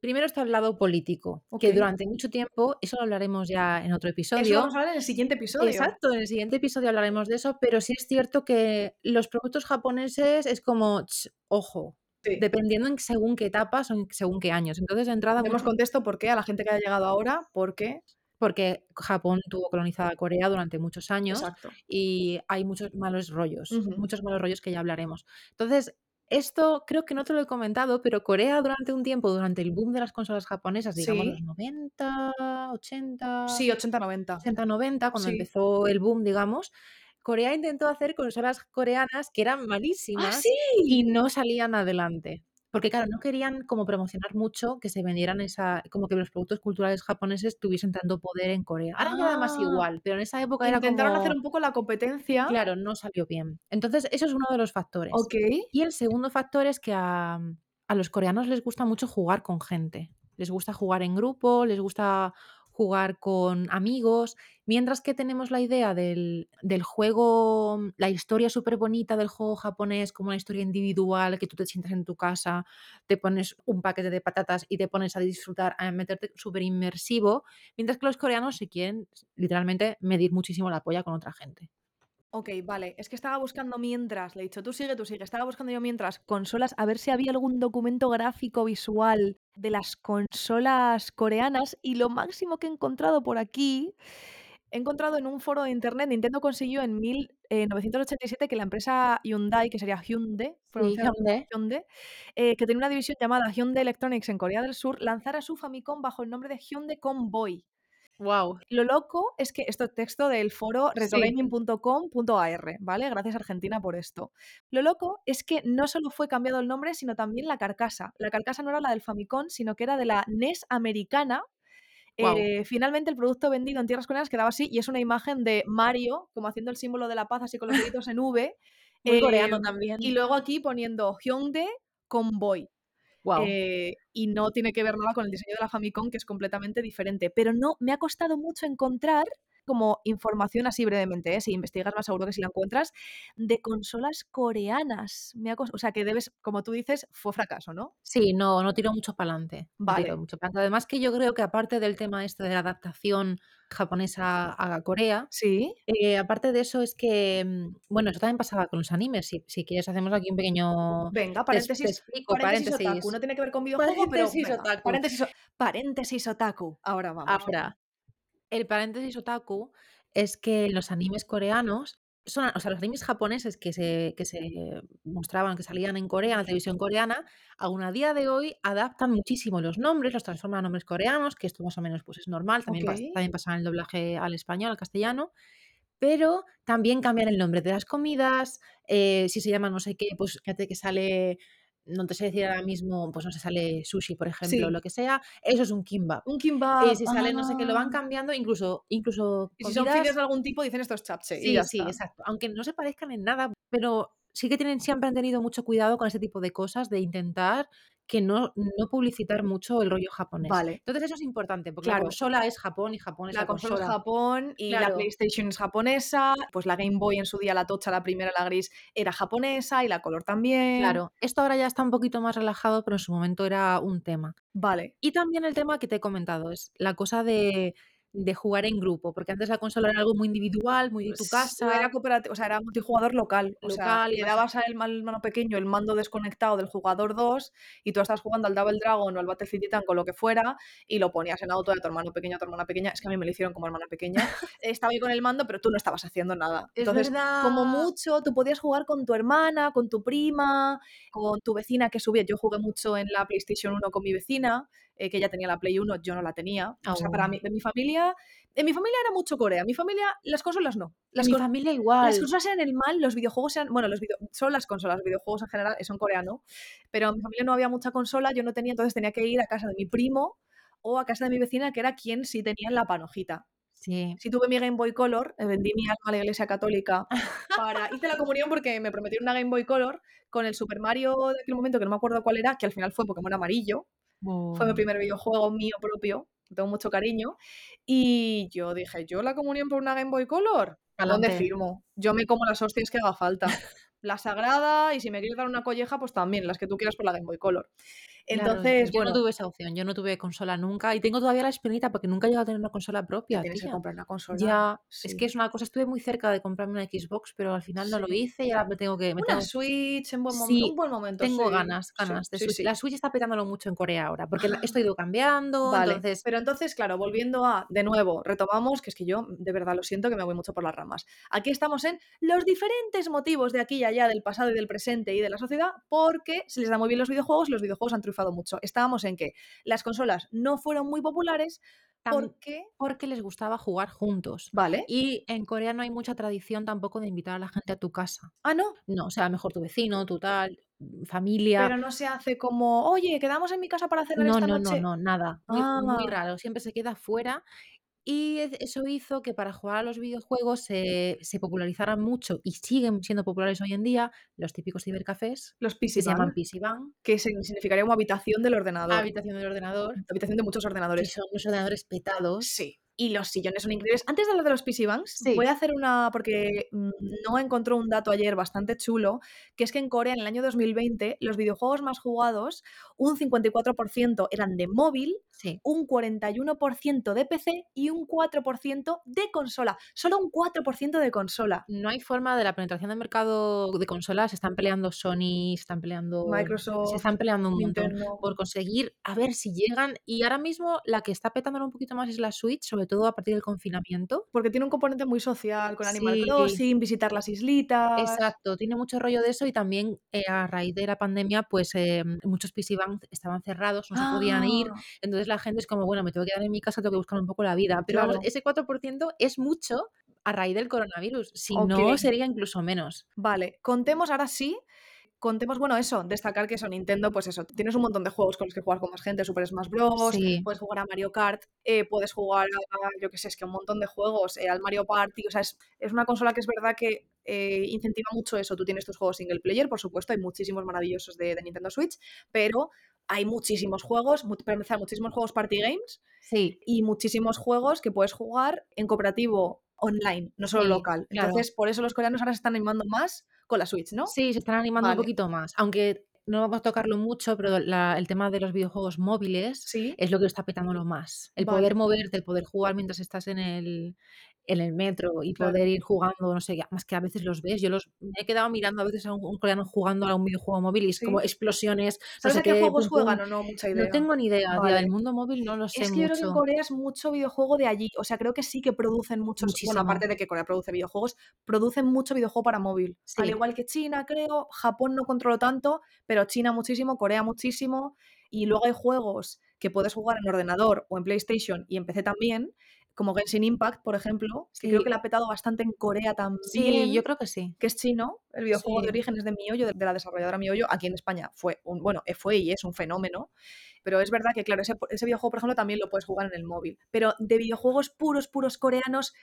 primero está el lado político,
Ok.
que durante mucho tiempo, eso lo hablaremos ya en otro
Eso lo
episodio.
vamos a hablar en el siguiente episodio.
Exacto, en el siguiente episodio hablaremos de eso, pero sí es cierto que los productos japoneses es como, "Ch, ojo,
Sí.
dependiendo en según qué etapas o en según qué años. Entonces, de entrada,
Demos
mucho-
contexto por qué a la gente que haya llegado ahora, porque.
porque Japón tuvo colonizada Corea durante muchos años
Exacto.
y hay muchos malos rollos,
Ujú.
muchos malos rollos que ya hablaremos. Entonces, esto creo que no te lo he comentado, pero Corea durante un tiempo, durante el boom de las consolas japonesas, digamos
Sí.
los 90, 80,
Sí, 80-90.
80, 90, cuando
Sí.
empezó el boom, digamos, Corea intentó hacer consolas coreanas que eran
¡Ah,
malísimas
sí!
y no salían adelante. Porque claro, no querían como promocionar mucho que se vendieran esa, como que los productos culturales japoneses tuviesen tanto poder en Corea. Ahora ya da más
Ah.
igual, pero en esa época era
Intentaron hacer
como,
un poco la competencia.
claro, no salió bien. Entonces, eso es uno de los factores.
Ok.
Y el segundo factor es que a, mm, a los coreanos les gusta mucho jugar con gente. Les gusta jugar en grupo, les gusta jugar con amigos. Mientras que tenemos la idea del, del juego, mm, la historia súper bonita del juego japonés, como una historia individual, que tú te sientas en tu casa, te pones un paquete de patatas y te pones a disfrutar, a meterte súper inmersivo. Mientras que los coreanos se quieren literalmente medir muchísimo la polla con otra gente.
Ok, vale. Es que estaba buscando mientras, le he dicho, tú sigue, tú sigue. Estaba buscando yo mientras consolas, a ver si había algún documento gráfico visual de las consolas coreanas. Y lo máximo que he encontrado por aquí, he encontrado en un foro de internet, Nintendo consiguió en eh, 1987 que la empresa Hyundai, que sería Hyundai,
Sí,
pronunciado Hyundai, eh, que tenía una división llamada Hyundai Electronics en Corea del Sur, lanzara su Famicom bajo el nombre de Hyundai Convoy.
Wow.
Lo loco es que esto es texto del foro
Sí.
retrogaming.com.ar, ¿vale? Gracias Argentina por esto. Lo loco es que no solo fue cambiado el nombre, sino también la carcasa. La carcasa no era la del Famicom, sino que era de la NES americana.
Wow.
Eh, finalmente el producto vendido en tierras coreanas quedaba así y es una imagen de Mario como haciendo el símbolo de la paz así con los deditos en V
Muy coreano
eh, y
también.
luego aquí poniendo Hyundai Convoy
Wow.
eh, y no tiene que ver nada con el diseño de la Famicom, que es completamente diferente. Pero no, me ha costado mucho encontrar como información así brevemente, ¿eh? si investigas más seguro que si la encuentras, de consolas coreanas. Me ha cos- o sea, que debes, como tú dices, fue fracaso, ¿no?
Sí, no, no tiró mucho para adelante. No tiró
Vale.
mucho para Además que yo creo que aparte del tema este de la adaptación japonesa a Corea,
Sí.
eh, aparte de eso es que, mm, bueno, eso también pasaba con los animes. Si, si quieres hacemos aquí un pequeño...
Venga,
Te, es- te
paréntesis,
explico,
paréntesis otaku. No
paréntesis.
tiene que ver con videojuego, pero
Paréntesis
venga,
otaku.
paréntesis, o- paréntesis otaku. Ahora vamos.
Ahora, el paréntesis otaku es que en los animes coreanos son, o sea, los animes japoneses que se, que se mostraban, que salían en Corea, en la televisión coreana, aún a día de hoy adaptan muchísimo los nombres, los transforman a nombres coreanos, que esto más o menos pues es normal, también, pas-
Ok.
también pasa en el doblaje al español, al castellano, pero también cambian el nombre de las comidas, eh, si se llama no sé qué, pues fíjate que sale, no te sé decir ahora mismo, pues no se sale sushi, por ejemplo, o
Sí.
lo que sea, eso es un kimbap.
Un
Eh,
kimbap.
si sale no sé qué, lo van
Ah.
cambiando, incluso, incluso
Y si son fideos
comidas
de algún tipo, dicen estos chapche y ya
Sí, sí,
está.
exacto. Aunque no se parezcan en nada, pero sí que tienen, siempre han tenido mucho cuidado con este tipo de cosas, de intentar que no, no publicitar mucho el rollo japonés.
Vale,
Entonces eso es importante, porque la
claro.
consola es Japón y Japón es
La
la
consola es
consola.
Japón y la
Claro,
PlayStation es japonesa, pues la Game Boy en su día, la tocha, la primera, la gris, era japonesa y la color también.
claro. Esto ahora ya está un poquito más relajado, pero en su momento era un tema.
Vale,
Y también el tema que te he comentado, es la cosa de, de jugar en grupo, porque antes la consola era algo muy individual, muy de tu
s- Pues, era
casa,
cooperativo, o sea, era multijugador local. O sea,
Pues local,
le
ibas
dabas al mal- mano pequeño el mando desconectado del jugador 2 y tú estás jugando al Double Dragon o al Battlefield Titan con lo que fuera y lo ponías en auto de tu hermano pequeño a tu hermana pequeña. Es que a mí me lo hicieron como hermana pequeña. Estaba yo con el mando, pero tú no estabas haciendo nada.
Es
Entonces, como
verdad.
mucho, tú podías jugar con tu hermana, con tu prima, con tu vecina que subía. Yo jugué mucho en la PlayStation 1 con mi vecina, eh, que ella tenía la Play 1, yo no la tenía. O sea, para
Aún.
mí, en mi familia en mi familia era mucho Corea. Mi familia, las consolas no. Las,
Mi
cons-
familia
las
igual.
consolas eran el mal, los videojuegos eran. Bueno, los video- son las consolas, los videojuegos en general son coreano. Pero en mi familia no había mucha consola, yo no tenía, entonces tenía que ir a casa de mi primo o a casa de mi vecina, que era quien sí tenía la panojita.
Sí.
Si tuve mi Game Boy Color, eh, vendí mi alma a la Iglesia Católica
*laughs*
para. Hice la comunión porque me prometieron una Game Boy Color con el Super Mario de aquel momento, que no me acuerdo cuál era, que al final fue Pokémon Amarillo fue mi
Oh.
primer videojuego mío propio, le tengo mucho cariño, y yo dije, yo la comunión por una Game Boy Color, ¿dónde
Adelante.
firmo? Yo me como las hostias que haga
*laughs*
falta. La sagrada, y si me quieres dar una colleja, pues también, las que tú quieras por la Game Boy Color.
Claro,
Entonces,
yo no
bueno,
tuve esa opción, yo no tuve consola nunca y tengo todavía la espinita porque nunca he llegado a tener una consola
te
propia,
tienes que
tía.
comprar una consola,
Ya, es que
sí,
es una cosa, estuve muy cerca de comprarme una Xbox, pero al final no lo
sí.
hice y ahora me tengo que, me
Una
tengo,
Switch en buen momento, un
sí,
buen momento,
tengo
sí,
ganas,
sí,
ganas de
sí,
Switch.
sí.
La Switch está petándolo mucho en Corea ahora porque la-
*gasps*
esto ha ido cambiando,
Vale,
entonces,
pero entonces, claro, volviendo a, de nuevo, retomamos, que es que yo mm, de verdad lo siento que me voy mucho por las ramas. Aquí estamos en los diferentes motivos de aquí y allá, del pasado y del presente y de la sociedad, porque se les da muy bien los videojuegos y los videojuegos han triunfado mucho. Estábamos en que las consolas no fueron muy populares
tam-
porque,
porque les gustaba jugar juntos.
vale,
Y en Corea no hay mucha tradición tampoco de invitar a la gente a tu casa.
ah, no,
No, o sea, a lo mejor tu vecino, tu tal, mm, familia,
pero no se hace como, oye, quedamos en mi casa para cenar
No,
esta
no, no,
noche.
no, nada. Muy, muy
Ah,
raro, siempre se queda fuera. Y e- eso hizo que para jugar a los videojuegos se, se popularizaran mucho y siguen siendo populares hoy en día los típicos cibercafés
los
que se llaman
PCBAN,
PC Van,
que sign- significaría como habitación del ordenador,
habitación del ordenador,
habitación de muchos
que
ordenadores.
son los ordenadores petados.
Sí. Y los sillones son increíbles. Antes de hablar de los PC Banks, voy
Sí.
a hacer una, porque mm, no encontró un dato ayer bastante chulo, que es que en Corea en el año 2020 los videojuegos más jugados, un 54% eran de móvil,
Sí.
un 41% de PC y un 4% de consola. Solo un 4% de consola.
No hay forma de la penetración de mercado de consolas. Se están peleando Sony, se están peleando, Oh, se
Microsoft,
están peleando un montón
Nintendo.
por conseguir a ver si llegan. Y ahora mismo la que está petando un poquito más es la Switch, sobre todo a partir del confinamiento.
Porque tiene un componente muy social, con Animal
Sí,
Crossing, visitar las islitas.
exacto, tiene mucho rollo de eso y también eh, a raíz de la pandemia, pues eh, muchos PC Bank estaban cerrados, no se podían ir,
Ah,
entonces la gente es como, bueno, me tengo que quedar en mi casa, tengo que buscar un poco la vida, pero vamos,
claro.
ese 4% es mucho a raíz del coronavirus, si
Ok.
no sería incluso menos.
Vale, contemos ahora sí, contemos, bueno, eso, destacar que eso, Nintendo, pues eso, tienes un montón de juegos con los que jugar con más gente, Super Smash Bros.,
Sí,
puedes jugar a Mario Kart, eh, puedes jugar a, yo qué sé, es que un montón de juegos, eh, al Mario Party, o sea, es, es una consola que es verdad que eh, incentiva mucho eso, tú tienes tus juegos single player, por supuesto, hay muchísimos maravillosos de, de Nintendo Switch, pero hay muchísimos juegos, mu- para empezar, muchísimos juegos party games
sí,
y muchísimos juegos que puedes jugar en cooperativo online, no solo
sí,
local.
claro.
Entonces, por eso los coreanos ahora se están animando más con la Switch, ¿no?
Sí, se están animando un
Vale,
poquito más, aunque no vamos a tocarlo mucho, pero la- el tema de los videojuegos móviles
sí,
es lo que lo está petando lo más. El
vale,
poder moverte, el poder jugar mientras estás en el, en el metro y
Claro.
poder ir jugando, no sé, qué, más que a veces los ves, yo los me he quedado mirando a veces a un, un coreano jugando a un videojuego móvil y es
Sí.
como explosiones, no
¿Sabes
sé
a qué juegos
pum, pum.
juegan o no? Mucha idea.
No tengo ni idea, tía,
Vale.
del mundo móvil no lo sé
Es que yo creo que en
mucho.
Corea es mucho videojuego de allí. O sea, creo que sí que producen muchos. Bueno,
Muchísimo.
aparte de que Corea produce videojuegos, producen mucho videojuego para móvil. Al
Sí.
igual que China, creo. Japón no controlo tanto, pero China muchísimo, Corea muchísimo. Y luego hay juegos que puedes jugar en ordenador o en PlayStation y en PC también, como Genshin Impact, por ejemplo, que creo que
Sí.
la ha petado bastante en Corea
Sí,
también
yo creo que sí.
que es chino, el videojuego de
Sí.
origen es de Miollo, de, de la desarrolladora Miollo, aquí en España fue un, bueno, eh, fue y es un fenómeno, pero es verdad que, claro, ese, po- ese videojuego, por ejemplo, también lo puedes jugar en el móvil, pero de videojuegos puros, puros coreanos,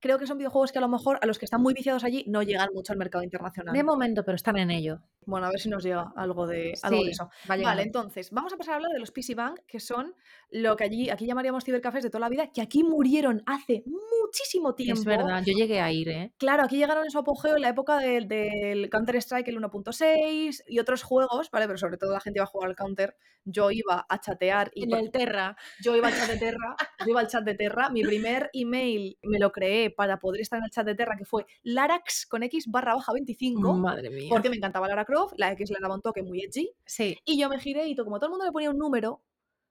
creo que son videojuegos que a lo mejor a los que están muy viciados allí no llegan mucho al mercado internacional.
De momento, pero están en ello.
Bueno, a ver si nos llega algo de, algo de
Sí,
eso.
va a
Vale,
llegar.
entonces, vamos a pasar a hablar de los PC Bank, que son lo que allí, aquí llamaríamos cibercafés de toda la vida, que aquí murieron hace muchísimo
Es
tiempo,
verdad, yo llegué a ir, ¿eh?
Claro, aquí llegaron en su apogeo en la época del, Counter-Strike, el 1.6 y otros juegos, ¿vale? Pero sobre todo la gente iba a jugar al Counter. Yo iba a chatear y
En
por-
el Terra.
yo iba al chat de Terra, yo iba al chat de Terra. Mi primer email me lo creé para poder estar en el chat de Terra, que fue larax con x barra baja 25,
Madre mía.
porque me encantaba Lara Croft, la X le daba un toque muy edgy.
Sí,
Y yo me giré y to- como todo el mundo le ponía un número,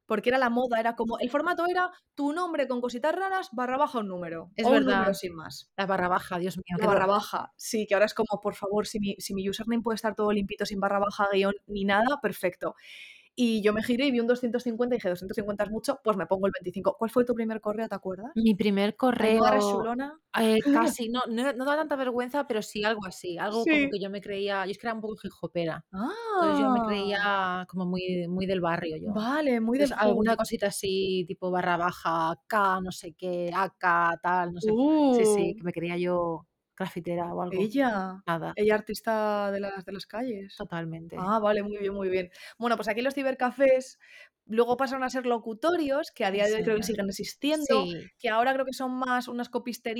porque era la moda, era como, el formato era tu nombre con cositas raras barra baja un número,
es
o un número
verdad.
sin más.
La barra baja, Dios mío,
La
qué
barra
dolor.
baja, sí, que ahora es como, por favor, si mi, si mi username puede estar todo limpito sin barra baja, guión ni nada, perfecto. Y yo me giré y vi un 250 y dije, 250 es mucho, pues me pongo el 25. ¿Cuál fue tu primer correo, te acuerdas?
Mi primer
Ay, no darás
correo,
chulona. *laughs*
eh, casi, no, no, no da tanta vergüenza, pero sí algo así, algo como
Sí.
que yo me creía, yo es que era un poco hijopera, entonces yo me
Ah,
creía como muy, muy del barrio yo.
vale, muy del
Entonces
punk.
alguna cosita así, tipo barra baja, K, no sé qué, AK, tal, no sé. Sí, sí,
Uh,
que me creía yo grafitera o algo.
ella,
Nada,
ella artista de las, de las calles.
totalmente.
Ah, vale, muy bien, muy bien. Bueno, pues aquí los cibercafés luego pasaron a ser locutorios, que a día de hoy
Eso
creo que
era.
siguen existiendo,
Sí,
que ahora creo que son más unas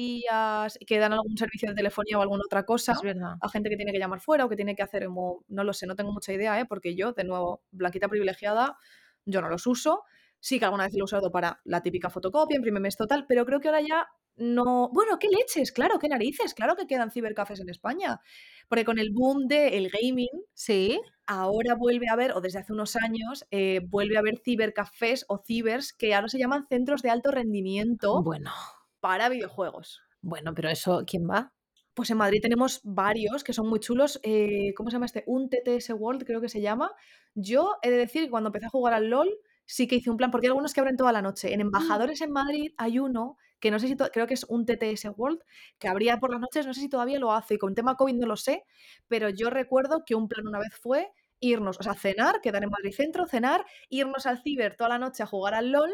copisterías que dan algún servicio de telefonía o alguna otra cosa
es verdad.
a gente que tiene que llamar fuera o que tiene que hacer como, no lo sé, no tengo mucha idea, ¿eh? porque yo, de nuevo, blanquita privilegiada, yo no los uso. Sí que alguna vez lo he usado para la típica fotocopia, imprimirme esto tal, pero creo que ahora ya no... Bueno, qué leches, claro, qué narices, claro que quedan cibercafés en España, porque con el boom del gaming
Sí,
ahora vuelve a haber, o desde hace unos años, eh, vuelve a haber cibercafés o cibers que ahora se llaman centros de alto rendimiento
bueno,
para videojuegos.
bueno, pero eso, ¿quién va?
Pues en Madrid tenemos varios que son muy chulos. eh, ¿Cómo se llama este? Un TTS World, creo que se llama. Yo he de decir que cuando empecé a jugar al LOL, sí que hice un plan, porque hay algunos que abren toda la noche. En Embajadores en Madrid hay uno que no sé si to- creo que es un TTS World, que abría por las noches, no sé si todavía lo hace. Con tema COVID no lo sé, pero yo recuerdo que un plan una vez fue irnos, o sea, cenar, quedar en Madrid Centro, cenar, irnos al ciber toda la noche a jugar al LOL.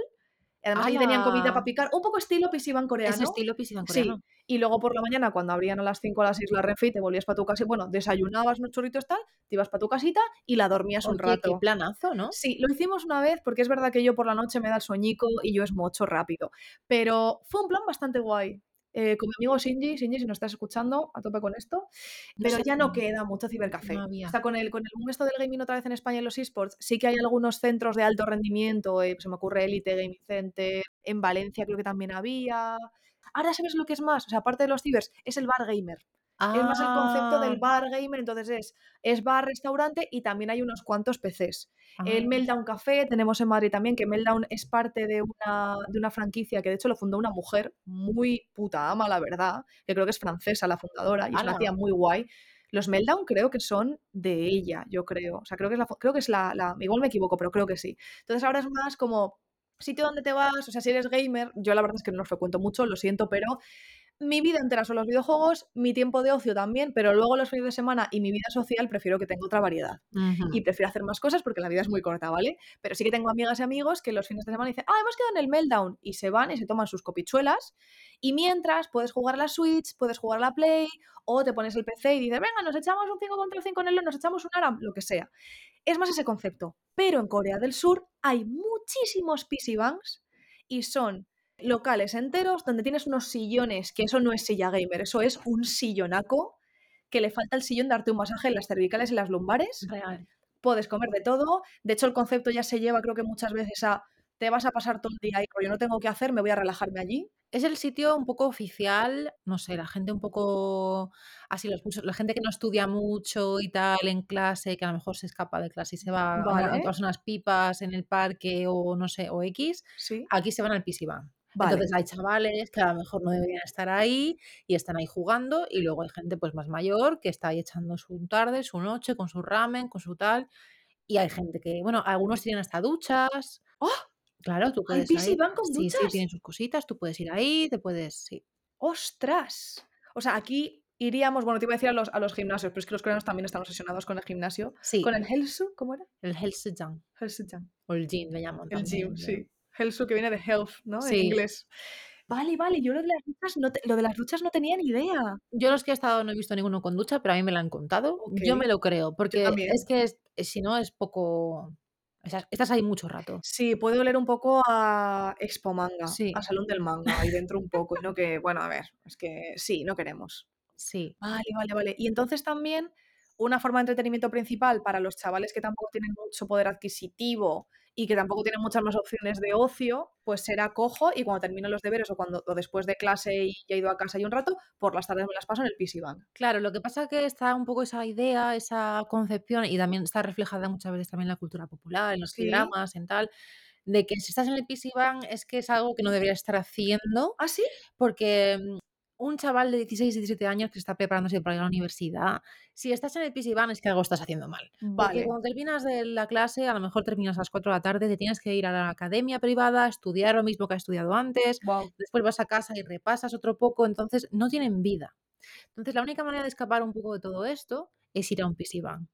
Además, allí tenían comida para
¡Hala!
picar, un poco estilo Pisiban
Es
coreano.
estilo piscina coreano.
Sí, y luego por la mañana, cuando abrían a las 5 o a las 6 la refe y te volvías para tu casa, bueno, desayunabas unos churritos tal, te ibas para tu casita y la dormías un
Oye, qué
rato.
planazo, ¿no?
Sí, lo hicimos una vez porque es verdad que yo por la noche me da el soñico y yo es mocho rápido, pero fue un plan bastante guay. Eh, con mi amigo Shinji, Shinji, si nos estás escuchando, a tope con esto,
No
pero
sé,
ya no
no,
queda mucho
no
cibercafé.
había.
Está con el, con el boom esto del gaming otra vez en España en los esports, sí que hay algunos centros de alto rendimiento, eh, se me ocurre Elite Gaming Center, en Valencia creo que también había. Ahora sabes lo que es más, o sea, aparte de los cibers, es el bar gamer. Es más el concepto
Ah,
del bar gamer, entonces es, es bar, restaurante y también hay unos cuantos PCs. El
ah,
Meltdown Café tenemos en Madrid también, que Meltdown es parte de una, de una franquicia que de hecho lo fundó una mujer muy puta ama, la verdad, que creo que es francesa la fundadora y es una
ala,
tía muy guay. Los Meltdown creo que son de ella, yo creo. O sea, creo que es la, fu- creo que es la, la- igual me equivoco, pero creo que sí. Entonces ahora es más como sitio donde te vas, o sea, si eres gamer, yo la verdad es que no los frecuento mucho, lo siento, pero mi vida entera son los videojuegos, mi tiempo de ocio también, pero luego los fines de semana y mi vida social prefiero que tenga otra variedad.
ujú,
Y prefiero hacer más cosas porque la vida es muy corta, ¿vale? Pero sí que tengo amigas y amigos que los fines de semana dicen, ah, hemos quedado en el Meltdown. Y se van y se toman sus copichuelas. Y mientras puedes jugar a la Switch, puedes jugar a la Play, o te pones el PC y dices, venga, nos echamos un 5 contra 5 en el LoL, nos echamos un ARAM, lo que sea. Es más ese concepto. Pero en Corea del Sur hay muchísimos PC banks y son locales enteros donde tienes unos sillones, que eso no es silla gamer, eso es un sillonaco que le falta el sillón darte un masaje en las cervicales y las lumbares.
real.
Puedes comer de todo. De hecho, el concepto ya se lleva, creo que muchas veces a te vas a pasar todo el día ahí, rollo, no tengo que hacer, me voy a relajarme allí.
Es el sitio un poco oficial, no sé, la gente un poco así, los, la gente que no estudia mucho y tal en clase, que a lo mejor se escapa de clase y se va a
Vale.
tomarse unas pipas en el parque o no sé, o X,
Sí.
aquí se van al pis y van.
Vale.
Entonces hay chavales que a lo mejor no deberían estar ahí y están ahí jugando y luego hay gente pues más mayor que está ahí echando su tarde, su noche, con su ramen, con su tal y hay gente que, bueno, algunos tienen hasta duchas.
¡Oh!
Claro, tú
¿Al
puedes
pis y
ahí.
van con
Sí, sí,
duchas?
tienen sus cositas, tú puedes ir ahí, te puedes, sí.
¡Ostras! O sea, aquí iríamos, bueno, te iba a decir a los, a los gimnasios, pero es que los coreanos también están obsesionados con el gimnasio. Con
Sí,
el Helsu, ¿cómo era?
el Helsejang
Helsujang.
o el Jin le llaman
El gym,
también. creo.
sí. Helsu que viene de health, ¿no? En
Sí.
inglés. Vale, vale, yo lo de las duchas no, te- lo de las duchas no tenía ni idea.
Yo los que he estado no he visto ninguno con ducha, pero a mí me lo han contado.
Ok,
Yo me lo creo,
yo
porque es
también.
que es- si no es poco... o sea, estás ahí mucho rato.
Sí, puede oler un poco a Expo Manga, a
Sí,
Salón del Manga, ahí dentro un poco, y no que, bueno, a ver, es que sí, no queremos.
sí.
Vale, vale, vale. Y entonces también una forma de entretenimiento principal para los chavales que tampoco tienen mucho poder adquisitivo y que tampoco tienen muchas más opciones de ocio, pues será cojo y cuando termino los deberes o cuando o después de clase y ya he ido a casa y un rato, por las tardes me las paso en el pisiván.
Claro, lo que pasa que está un poco esa idea, esa concepción, y también está reflejada muchas veces también en la cultura popular, en los
Sí.
programas, en tal, de que si estás en el pisiván es que es algo que no deberías estar haciendo,
¿Ah, sí?
porque mm, un chaval de 16, 17 años que está preparándose para ir a la universidad, si estás en el pisiván es que algo estás haciendo mal. Porque
Vale.
cuando terminas de la clase, a lo mejor terminas a las 4 de la tarde, te tienes que ir a la academia privada, estudiar lo mismo que has estudiado antes,
Wow.
después vas a casa y repasas otro poco, entonces no tienen vida. Entonces, la única manera de escapar un poco de todo esto es ir a un pisiván.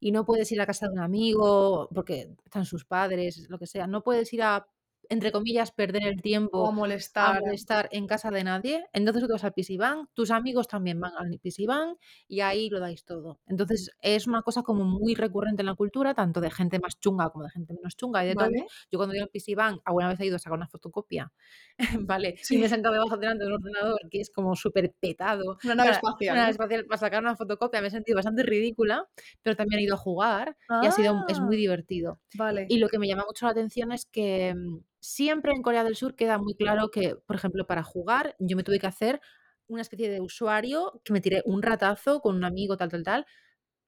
Y no puedes ir a casa de un amigo porque están sus padres, lo que sea. No puedes ir a, entre comillas, perder el
O a
tiempo a
molestar.
molestar en casa de nadie. Entonces tú te vas al pisiván, tus amigos también van al pisiván y ahí lo dais todo. Entonces es una cosa como muy recurrente en la cultura, tanto de gente más chunga como de gente menos chunga y de todo.
Vale.
Yo cuando he ido al pisiván, alguna vez he ido a sacar una fotocopia *laughs* ¿vale? Y me he
Sí.
sentado debajo delante de un ordenador que es como súper petado
Una nave
para,
espacial,
una
¿no? ¿eh?
espacial para sacar una fotocopia. Me he sentido bastante ridícula, pero también he ido a jugar y ha sido, es muy
Ah,
divertido.
vale.
Y lo que me llama mucho la atención es que mm, siempre en Corea del Sur queda muy claro que, por ejemplo, para jugar yo me tuve que hacer una especie de usuario que me tiré un ratazo con un amigo, tal, tal, tal,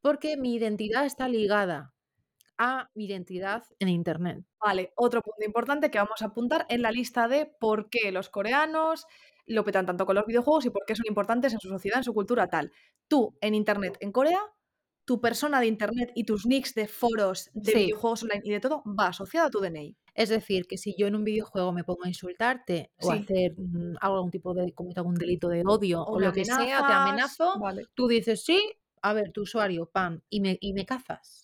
porque mi identidad está ligada a mi identidad en Internet.
Vale, otro punto importante que vamos a apuntar en la lista de por qué los coreanos lo petan tanto con los videojuegos y por qué son importantes en su sociedad, en su cultura tal. Tú, en Internet, en Corea, tu persona de Internet y tus nicks de foros, de
Sí,
videojuegos online y de todo va asociada a tu DNI.
Es decir, que si yo en un videojuego me pongo a insultarte o a
Sí.
hacer mm, hago algún tipo de, cometo algún delito de odio
O
o
me
lo que sea, te
amenazas.
amenazo,
Vale.
tú dices sí, a ver, tu usuario, pam, y me, y me cazas.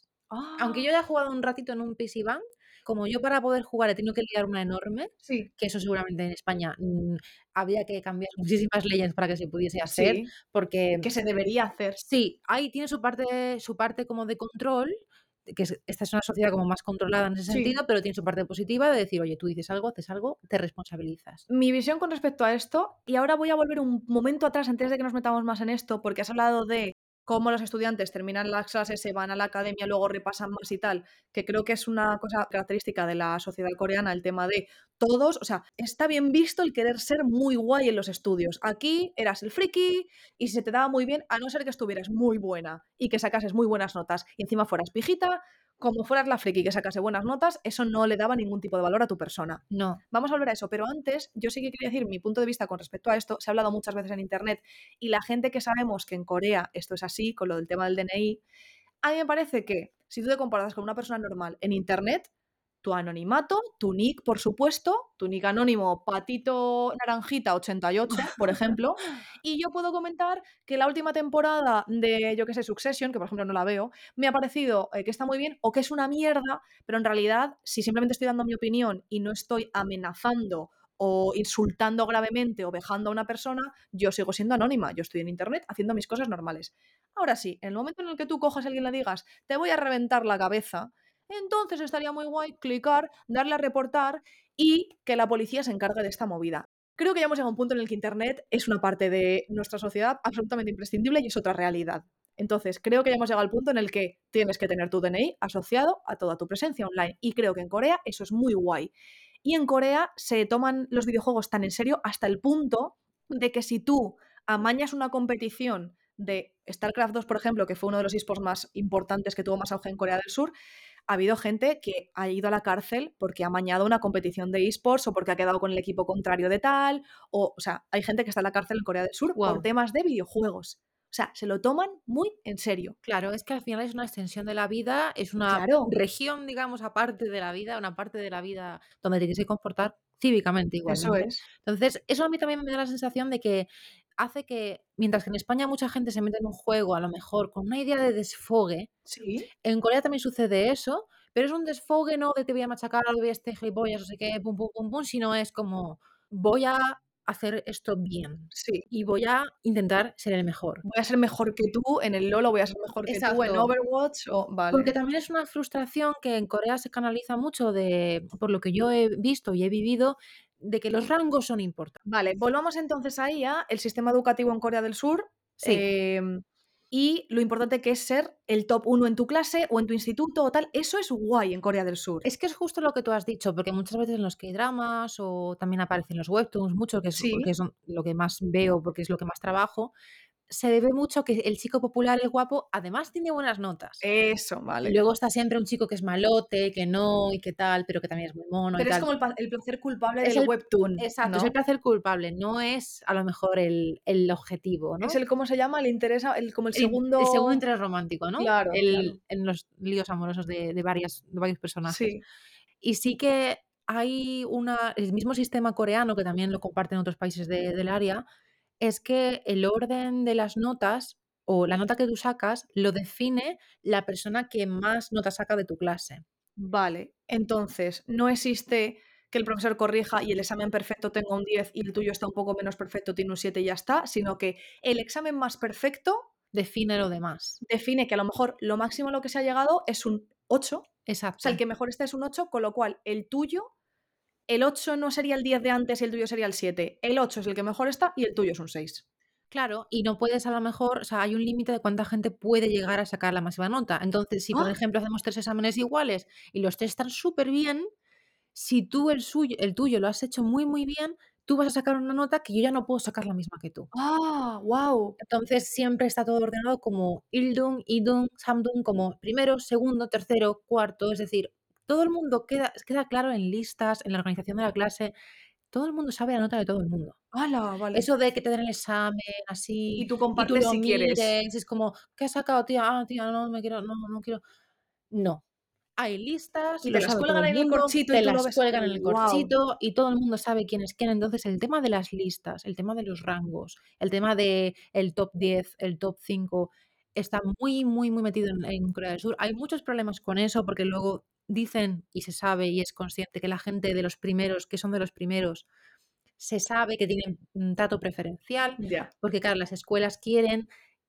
Aunque yo
Ah,
haya jugado un ratito en un PC Bank, como yo para poder jugar he tenido que liar una enorme,
sí.
que eso seguramente en España mm, había que cambiar *laughs* muchísimas leyes para que se pudiese hacer,
Sí.
porque
Que se debería hacer.
Sí, ahí tiene su parte, su parte como de control, de que es- esta es una sociedad como más controlada en ese
Sí.
sentido, pero tiene su parte positiva de decir, oye, tú dices algo, haces algo, te responsabilizas.
mi visión con respecto a esto, y ahora voy a volver un momento atrás antes de que nos metamos más en esto, porque has hablado de cómo los estudiantes terminan las clases, se van a la academia, luego repasan más y tal, que creo que es una cosa característica de la sociedad coreana, el tema de todos, o sea, está bien visto el querer ser muy guay en los estudios. Aquí eras el friki y se te daba muy bien, a no ser que estuvieras muy buena y que sacases muy buenas notas y encima fueras pijita, como fueras la friki que sacase buenas notas, eso no le daba ningún tipo de valor a tu persona.
No,
Vamos a volver a eso, pero antes yo sí que quería decir mi punto de vista con respecto a esto. Se ha hablado muchas veces en Internet y la gente que sabemos que en Corea esto es así, con lo del tema del DNI, a mí me parece que si tú te comparas con una persona normal en Internet, tu anonimato, tu nick, por supuesto, tu nick anónimo, patito naranjita 88, por ejemplo, y yo puedo comentar que la última temporada de, yo qué sé, Succession, que por ejemplo no la veo, me ha parecido eh, que está muy bien o que es una mierda, pero en realidad, si simplemente estoy dando mi opinión y no estoy amenazando o insultando gravemente o vejando a una persona, yo sigo siendo anónima, yo estoy en internet haciendo mis cosas normales. Ahora sí, en el momento en el que tú cojas a alguien y le digas, te voy a reventar la cabeza, entonces estaría muy guay clicar, darle a reportar y que la policía se encargue de esta movida. Creo que ya hemos llegado a un punto en el que Internet es una parte de nuestra sociedad absolutamente imprescindible y es otra realidad. Entonces, creo que ya hemos llegado al punto en el que tienes que tener tu DNI asociado a toda tu presencia online. Y creo que en Corea eso es muy guay. Y en Corea se toman los videojuegos tan en serio hasta el punto de que si tú amañas una competición de StarCraft 2, por ejemplo, que fue uno de los esports más importantes que tuvo más auge en Corea del Sur, ha habido gente que ha ido a la cárcel porque ha amañado una competición de esports o porque ha quedado con el equipo contrario de tal, o, o sea, hay gente que está en la cárcel en Corea del Sur
Guau.
por temas de videojuegos. O sea, se lo toman muy en serio.
Claro, es que al final es una extensión de la vida, es una
Claro.
región, digamos, aparte de la vida, una parte de la vida donde te tienes que comportar cívicamente
Eso
igualmente.
es.
Entonces, eso a mí también me da la sensación de que hace que, mientras que en España mucha gente se mete en un juego, a lo mejor con una idea de desfogue,
Sí.
en Corea también sucede eso, pero es un desfogue no de te voy a machacar, voy a este gilipollas, no sé qué, pum, pum, pum, pum, sino es como voy a hacer esto bien
Sí.
y voy a intentar ser el mejor.
Voy a ser mejor que tú en el LoL o voy a ser mejor que tú en
Exacto.
Overwatch o...
Porque
Vale.
también es una frustración que en Corea se canaliza mucho de, por lo que yo he visto y he vivido, de que los rangos son importantes.
Vale, volvamos entonces ahí a el sistema educativo en Corea del Sur
Sí,
em, y lo importante que es ser el top uno en tu clase o en tu instituto o tal. Eso es guay en Corea del Sur.
es que es justo lo que tú has dicho, porque muchas veces en los que hay dramas o también aparecen los webtoons, mucho que es, que
Sí,
es lo que más veo, porque es lo que más trabajo, se ve mucho que el chico popular, el guapo, además tiene buenas notas.
eso,
Y
vale.
luego está siempre un chico que es malote, que no, y que tal, pero que también es muy mono y
Pero es
tal.
como el, pa- el placer culpable
Es
del
el,
webtoon,
exacto, es el
¿no?
placer culpable, no es a lo mejor el, el objetivo,
Es
¿no?
el, ¿cómo se llama? El interés, a- el, como el
El, in- el segundo
segundo...
interés romántico, ¿no?
Claro, claro.
El, en los líos amorosos de, de varias, de varios personajes.
Sí,
Y sí que hay una, el mismo sistema coreano, que también lo comparten otros países de- del área, es que el orden de las notas o la nota que tú sacas lo define la persona que más notas saca de tu clase.
vale. Entonces, no existe que el profesor corrija y el examen perfecto tenga un 10 y el tuyo está un poco menos perfecto, tiene un 7 y ya está, sino que el examen más perfecto
Define lo demás.
define que a lo mejor lo máximo a lo que se ha llegado es un 8, o sea, el
Exacto.
que mejor está es un 8, con lo cual el tuyo, el 8 no sería el 10 de antes y el tuyo sería el 7. El 8 es el que mejor está y el tuyo es un 6.
Claro, y no puedes a lo mejor, o sea, hay un límite de cuánta gente puede llegar a sacar la máxima nota. Entonces, si por
¡Ah!
ejemplo hacemos tres exámenes iguales y los tres están súper bien, si tú el suyo, el tuyo lo has hecho muy muy bien, tú vas a sacar una nota que yo ya no puedo sacar la misma que tú.
¡Ah! ¡Wow!
Entonces, siempre está todo ordenado como Ildung, Idung, Samdung, como primero, segundo, tercero, cuarto, es decir, todo el mundo queda queda claro en listas, en la organización de la clase, todo el mundo sabe la nota de todo el mundo.
¡Hala! Vale.
Eso de que te den el examen así
Y tú
y tú
compartes
lo
si quieres.
mires, es como, ¿qué has sacado, tía? Ah, tía, no me quiero, no, no quiero. No. Hay listas,
Y
lo
te las
sabe todo
cuelgan
el
en el
mundo,
corchito y
te
tú lo
las
ves.
cuelgan en el
¡Wow!
corchito y todo el mundo sabe quién es quién. Entonces, el tema de las listas, el tema de los rangos, el tema de el top 10, el top 5, está muy, muy, muy metido en, en Corea del Sur. Hay muchos problemas con eso porque luego dicen y se sabe y es consciente que la gente de los primeros, que son de los primeros, se sabe que tienen un trato preferencial,
Ya.
porque claro, las escuelas quieren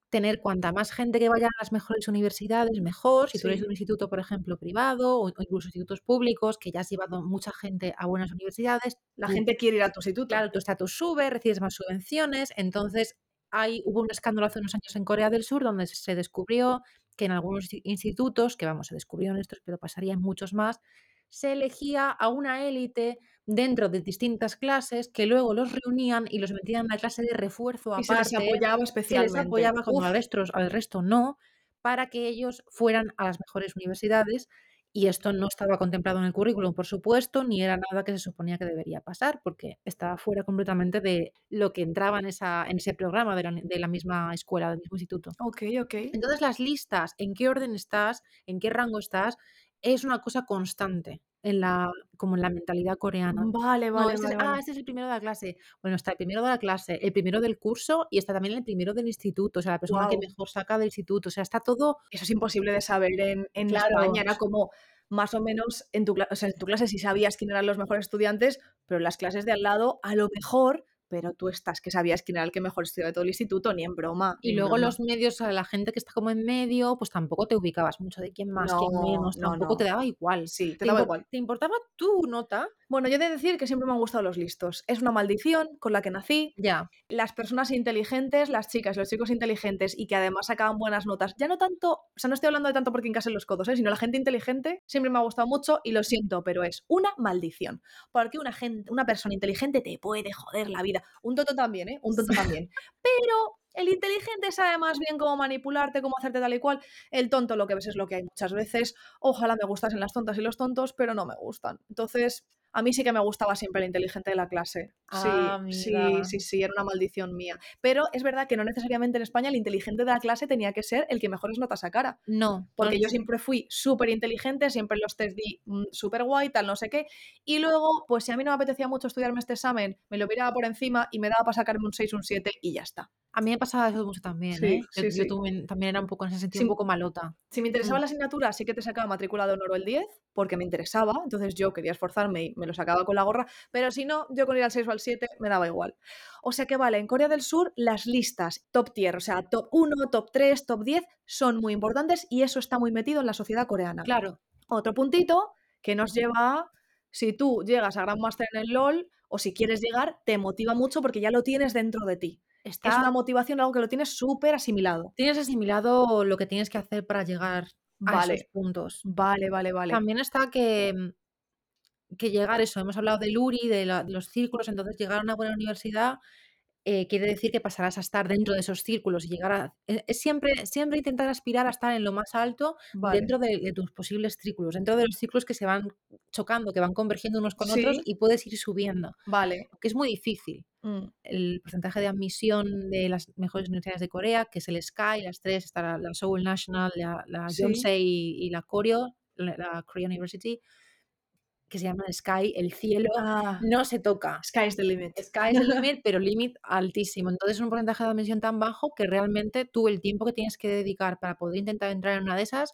tener cuanta más gente que vaya a las mejores universidades, mejor. Si tú eres de un
Sí.
instituto, por ejemplo, privado o, o incluso institutos públicos, que ya has llevado mucha gente a buenas universidades,
La
tú,
gente quiere ir a tu instituto.
claro, tu estatus sube, recibes más subvenciones. Entonces, hay, hubo un escándalo hace unos años en Corea del Sur donde se descubrió que en algunos i- institutos, que vamos, se descubrió en estos, pero pasaría en muchos más, se elegía a una élite dentro de distintas clases que luego los reunían y los metían en la clase de refuerzo
Y se les
aparte,
apoyaba
se les
especialmente.
apoyaba cuando
¡Uf!
al resto, al resto no, para que ellos fueran a las mejores universidades. Y esto no estaba contemplado en el currículum, por supuesto, ni era nada que se suponía que debería pasar, porque estaba fuera completamente de lo que entraba en, esa, en ese programa de la, uni- de la misma escuela, del mismo instituto.
Ok, ok.
Entonces, las listas, en qué orden estás, en qué rango estás, es una cosa constante en la, como en la mentalidad coreana.
Vale,
No,
vale,
este es,
vale,
ah,
vale.
este es el primero de la clase. Bueno, está el primero de la clase, el primero del curso y está también el primero del instituto, o sea, la persona que
¡Wow!
mejor saca del instituto. O sea, está todo
eso es imposible de saber en, en España.
claro.
Era como más o menos en tu, cla- o sea, en tu clase sí sabías quién eran los mejores estudiantes, pero en las clases de al lado a lo mejor, pero tú estás que sabías quién era el que mejor estudiaba de todo el instituto, ni en broma,
Y
ni en
luego
broma.
los medios, a la gente que está como en medio, pues tampoco te ubicabas mucho de quién más, quién
No,
menos,
no,
tampoco te
no.
daba igual.
Sí, te
Te,
daba
impor-
igual.
te importaba tu nota
Bueno, yo he de decir que siempre me han gustado los listos. Es una maldición con la que nací.
Ya,
Las personas inteligentes, las chicas, los chicos inteligentes y que además sacaban buenas notas. Ya no tanto, o sea, no estoy hablando de tanto porque encasen los codos, ¿eh? sino la gente inteligente siempre me ha gustado mucho y lo siento, pero es una maldición. Porque una, gente, una persona inteligente te puede joder la vida. Un tonto también, ¿eh? Un tonto también. Pero el inteligente sabe más bien cómo manipularte, cómo hacerte tal y cual. El tonto lo que ves es lo que hay muchas veces. Ojalá me gustasen las tontas y los tontos, pero no me gustan. Entonces, a mí sí que me gustaba siempre el inteligente de la clase. Sí,
Ah,
sí,
amiga.
sí, sí, era una maldición mía. Pero es verdad que no necesariamente en España el inteligente de la clase tenía que ser el que mejores notas sacara.
no.
Porque
no-
yo siempre fui súper inteligente, siempre en los test di mm, súper guay, tal, no sé qué. Y luego, pues si a mí no me apetecía mucho estudiarme este examen, me lo miraba por encima y me daba para sacarme un 6, un 7 y ya está.
A mí me pasaba eso mucho también,
Sí,
¿eh? Yo,
sí,
yo
sí.
tuve- también era un poco, en ese sentido,
Sí.
un poco malota.
Si me interesaba
Mm.
la asignatura, sí que te sacaba matrícula de honor o el 10, porque me interesaba, entonces yo quería esforzarme y me lo sacaba con la gorra, pero si no, yo con ir al 6 o al 7 me daba igual. O sea que vale, en Corea del Sur las listas top tier, o sea, top 1, top 3, top 10 son muy importantes y eso está muy metido en la sociedad coreana.
Claro,
Otro puntito que nos lleva a, si tú llegas a Grandmaster en el LOL o si quieres llegar, te motiva mucho porque ya lo tienes dentro de ti.
está,
Es una motivación, algo que lo tienes súper asimilado.
tienes asimilado lo que tienes que hacer para llegar a esos
Vale,
puntos.
vale, vale, vale.
También está que, mm, que llegar eso, hemos hablado del URI, de, la- de los círculos, entonces llegar a una buena universidad eh, quiere decir que pasarás a estar dentro de esos círculos y llegar a... e- es siempre, siempre intentar aspirar a estar en lo más alto
Vale.
dentro de, de tus posibles círculos, dentro de los círculos que se van chocando, que van convergiendo unos con otros
Sí.
y puedes ir subiendo,
Vale.
que es muy difícil.
mm,
El porcentaje de admisión de las mejores universidades de Corea, que es el Sky, las tres, está la, la Seoul National, la, la
Sí.
Yonsei y, y la Koryo, la, la Korea University, que se llama Sky, el cielo, *laughs*
Ah,
no se toca.
sky's the limit.
Sky es el límite, pero límite altísimo. Entonces es un porcentaje de admisión tan bajo que realmente tú el tiempo que tienes que dedicar para poder intentar entrar en una de esas,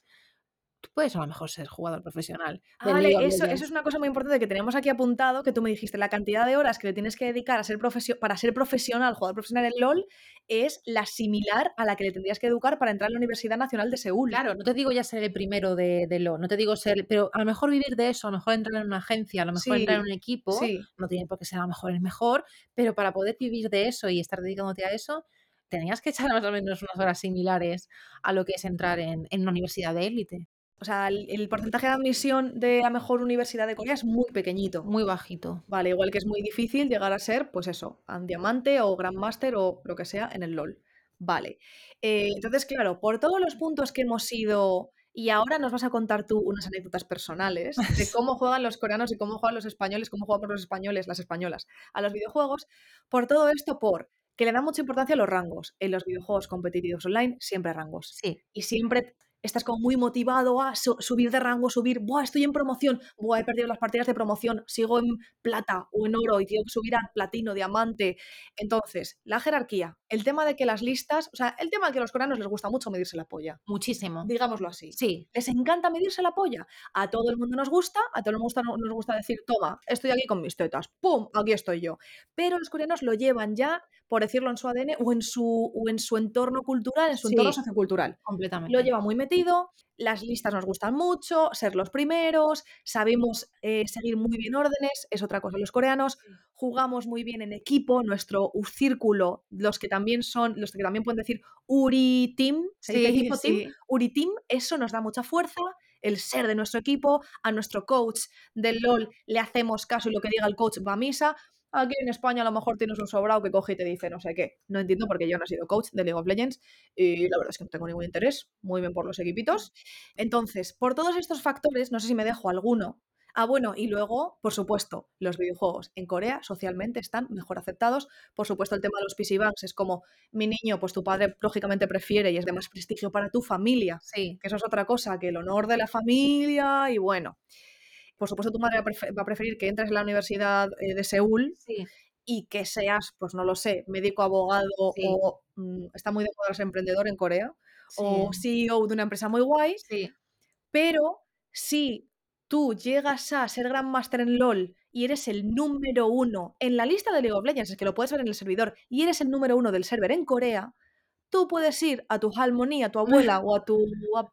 tú puedes a lo mejor ser jugador profesional de
Ah,
League
vale,
of
eso, eso
Legends.
es una cosa muy importante que tenemos aquí apuntado, que tú me dijiste, la cantidad de horas que le tienes que dedicar a ser profesio- para ser profesional, jugador profesional en LOL, es la similar a la que le tendrías que educar para entrar a la Universidad Nacional de Seúl.
Claro, no te digo ya ser el primero de, de lo, no te digo ser, pero a lo mejor vivir de eso, a lo mejor entrar en una agencia, a lo mejor entrar en
Sí,
un equipo,
sí.
no tiene por qué ser a lo mejor el mejor, pero para poder vivir de eso y estar dedicándote a eso, tenías que echar más o menos unas horas similares a lo que es entrar en, en una universidad de élite.
O sea, el, el porcentaje de admisión de la mejor universidad de Corea es muy pequeñito.
Muy bajito.
Vale, igual que es muy difícil llegar a ser, pues eso, un diamante o grandmaster o lo que sea en el LOL. Vale. Eh, entonces, claro, por todos los puntos que hemos ido, y ahora nos vas a contar tú unas anécdotas personales de cómo juegan los coreanos y cómo juegan los españoles, cómo juegan los españoles, las españolas, a los videojuegos. Por todo esto, por que le da mucha importancia a los rangos. En los videojuegos competitivos online, siempre rangos.
Sí,
Y siempre estás como muy motivado a su- subir de rango, subir, ¡buah, estoy en promoción! ¡Buah, he perdido las partidas de promoción! Sigo en plata o en oro y tengo que subir a platino, diamante. Entonces, la jerarquía, el tema de que las listas, o sea, el tema de que a los coreanos les gusta mucho medirse la polla,
muchísimo.
digámoslo así.
Sí,
Les encanta medirse la polla. A todo el mundo nos gusta, a todo el mundo no- nos gusta decir, toma, estoy aquí con mis tetas, ¡pum! Aquí estoy yo. Pero los coreanos lo llevan ya, por decirlo en su ADN o en su, o en su entorno cultural, en su entorno
sí,
sociocultural lo
completamente.
lleva muy metido, las listas nos gustan mucho, ser los primeros, sabemos eh, seguir muy bien órdenes, es otra cosa los coreanos, jugamos muy bien en equipo, nuestro u- círculo, los que también son, los que también pueden decir Uri Team, se dice
Sí,
equipo team,
sí.
Uri Team, eso nos da mucha fuerza, el ser de nuestro equipo, a nuestro coach del LOL le hacemos caso y lo que diga el coach va a misa. Aquí en España a lo mejor tienes un sobrado que coge y te dice no sé qué. No entiendo porque yo no he sido coach de League of Legends y la verdad es que no tengo ningún interés, muy bien por los equipitos. Entonces, por todos estos factores, no sé si me dejo alguno. Ah, bueno, y luego, por supuesto, los videojuegos en Corea socialmente están mejor aceptados. Por supuesto, el tema de los PC Banks es como mi niño, pues tu padre lógicamente prefiere y es de más prestigio para tu familia,
Sí,
que eso es otra cosa, que el honor de la familia y bueno. Por supuesto, tu madre va a prefe- va a preferir que entres en la Universidad eh, de Seúl
sí,
y que seas, pues no lo sé, médico, abogado
sí,
o mm, está muy de moda ser emprendedor en Corea o
sí,
CEO de una empresa muy guay,
Oh, sí.
pero si tú llegas a ser Grand Master en LOL y eres el número uno en la lista de League of Legends, es que lo puedes ver en el servidor, y eres el
*laughs*
número uno del server en Corea, tú puedes ir a tu halmoní, a tu abuela o a tu a-
A lo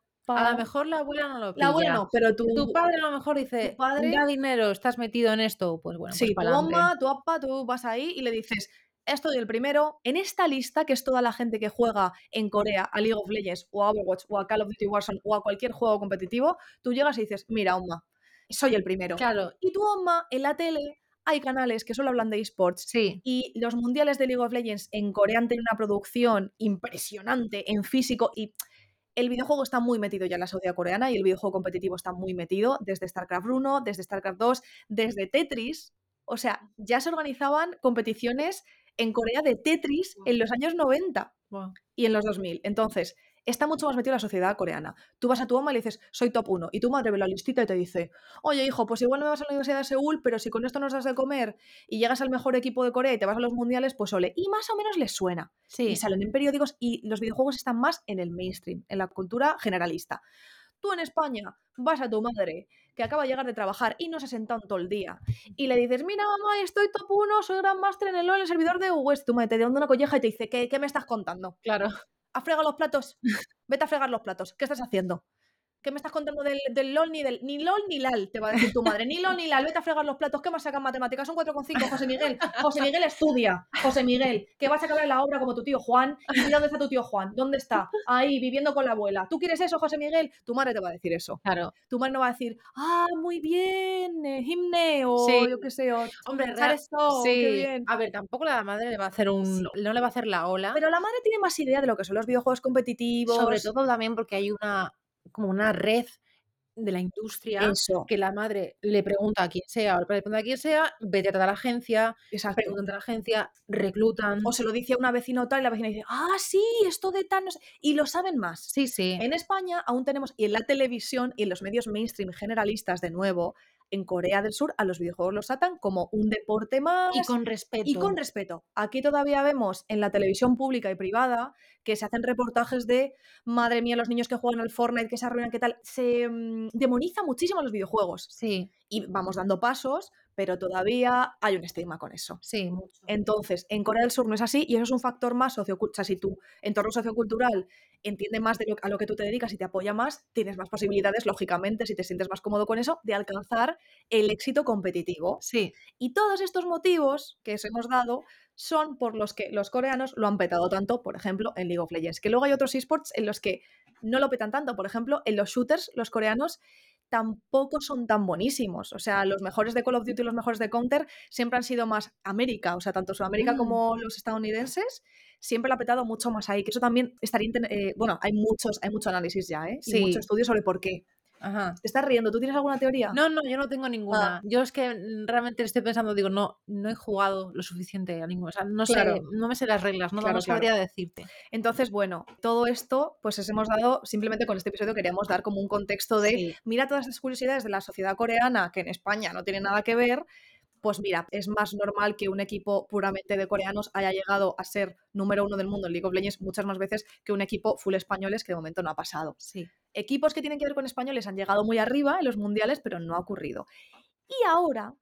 pa-
mejor la abuela no lo pilla.
Ah, La abuela no, pero tu,
Tu padre a lo mejor dice,
tu padre-
da dinero, estás metido en esto, pues bueno,
sí,
pues
tu
pa'lante.
mamá, tu papá, tú vas ahí y le dices, esto y el primero. En esta lista, que es toda la gente que juega en Corea a League of Legends o a Overwatch o a Call of Duty Warzone o a cualquier juego competitivo, tú llegas y dices, mira, Oma, soy el primero.
Claro,
Y tú, Oma, en la tele hay canales que solo hablan de esports.
sí,
Y los mundiales de League of Legends en Corea han tenido una producción impresionante en físico y el videojuego está muy metido ya en la sociedad coreana y el videojuego competitivo está muy metido desde StarCraft 1, desde StarCraft 2, desde Tetris. O sea, ya se organizaban competiciones en Corea de Tetris en los años 90
buah,
y en los 2000. Entonces, está mucho más metido en la sociedad coreana. Tú vas a tu mamá y le dices, soy top 1, y tu madre ve la listita y te dice, oye hijo, pues igual no vas a la Universidad de Seúl, pero si con esto nos das de comer y llegas al mejor equipo de Corea y te vas a los mundiales, pues ole. Y más o menos les suena.
sí,
Y salen en periódicos y los videojuegos están más en el mainstream, en la cultura generalista. Tú en España vas a tu madre que acaba de llegar de trabajar y no se ha sentado en todo el día y le dices, mira mamá, estoy top 1, soy gran máster en el LoL, en el servidor de West, tu madre te da una colleja y te dice, ¿qué, qué me estás contando?
claro.
a fregar los platos. Vete a fregar los platos. ¿Qué estás haciendo? ¿Qué me estás contando del, del LOL ni del ni LOL ni LAL? Te va a decir tu madre. Ni LOL ni LAL, vete a fregar los platos. ¿Qué más sacan matemáticas? Son 4,5, José Miguel. José Miguel estudia. José Miguel, que vas a acabar la obra como tu tío Juan. ¿Y mira dónde está tu tío Juan? ¿Dónde está? Ahí, viviendo con la abuela. ¿Tú quieres eso, José Miguel? Tu madre te va a decir eso.
Claro.
Tu madre no va a decir, ah, muy bien, eh, himne o
Sí.
yo qué sé, o
Hombre, real-
Charestone, qué
sí.
bien.
A ver, tampoco la madre le va a hacer un.
Sí.
No le va a hacer la ola.
Pero la madre tiene más idea de lo que son los videojuegos competitivos.
sobre todo también porque hay una. como una red de la industria.
Eso,
Que la madre le pregunta a quien sea, o le pregunta a quien sea, vete a tal agencia,
exacto.
preguntan a la agencia, reclutan.
O se lo dice a una vecina o tal, y la vecina dice, ah, sí, esto de tal, no sé". Y lo saben más.
Sí, sí.
En España aún tenemos, y en la televisión y en los medios mainstream generalistas de nuevo, en Corea del Sur a los videojuegos los tratan como un deporte más.
Y con respeto.
y con respeto, aquí todavía vemos en la televisión pública y privada que se hacen reportajes de, madre mía, los niños que juegan al Fortnite, que se arruinan, qué tal. Se mm, demoniza muchísimo los videojuegos
Sí,
y vamos dando pasos, pero todavía hay un estigma con eso.
sí, mucho.
Entonces, en Corea del Sur no es así y eso es un factor más sociocultural. O sea, si tu entorno sociocultural entiende más de lo- a lo que tú te dedicas y te apoya más, tienes más posibilidades, lógicamente, si te sientes más cómodo con eso, de alcanzar el éxito competitivo.
Sí,
Y todos estos motivos que os hemos dado son por los que los coreanos lo han petado tanto, por ejemplo, en League of Legends. Que luego hay otros esports en los que no lo petan tanto. Por ejemplo, en los shooters, los coreanos tampoco son tan buenísimos. O sea, los mejores de Call of Duty y los mejores de Counter siempre han sido más América. O sea, tanto Sudamérica
Mm.
como los estadounidenses siempre lo ha petado mucho más ahí. Que eso también estaría... inter- eh, bueno, hay muchos, hay mucho análisis ya, ¿eh?
Sí.
Y mucho estudio sobre por qué.
ajá.
¿Te estás riendo? ¿Tú tienes alguna teoría?
No, no, yo no tengo ninguna. Yo es que mm, realmente estoy pensando, digo, no, no he jugado lo suficiente a ninguna. O sea, no,
Claro.
sé, no me sé las reglas, no,
Claro,
no sabría decirte.
Entonces, bueno, todo esto, pues os hemos dado, simplemente con este episodio queríamos dar como un contexto de,
Sí.
mira todas estas curiosidades de la sociedad coreana, que en España no tiene nada que ver, pues mira, es más normal que un equipo puramente de coreanos haya llegado a ser número uno del mundo en League of Legends muchas más veces que un equipo full españoles que de momento no ha pasado.
Sí.
Equipos que tienen que ver con españoles han llegado muy arriba en los mundiales, pero no ha ocurrido. Y ahora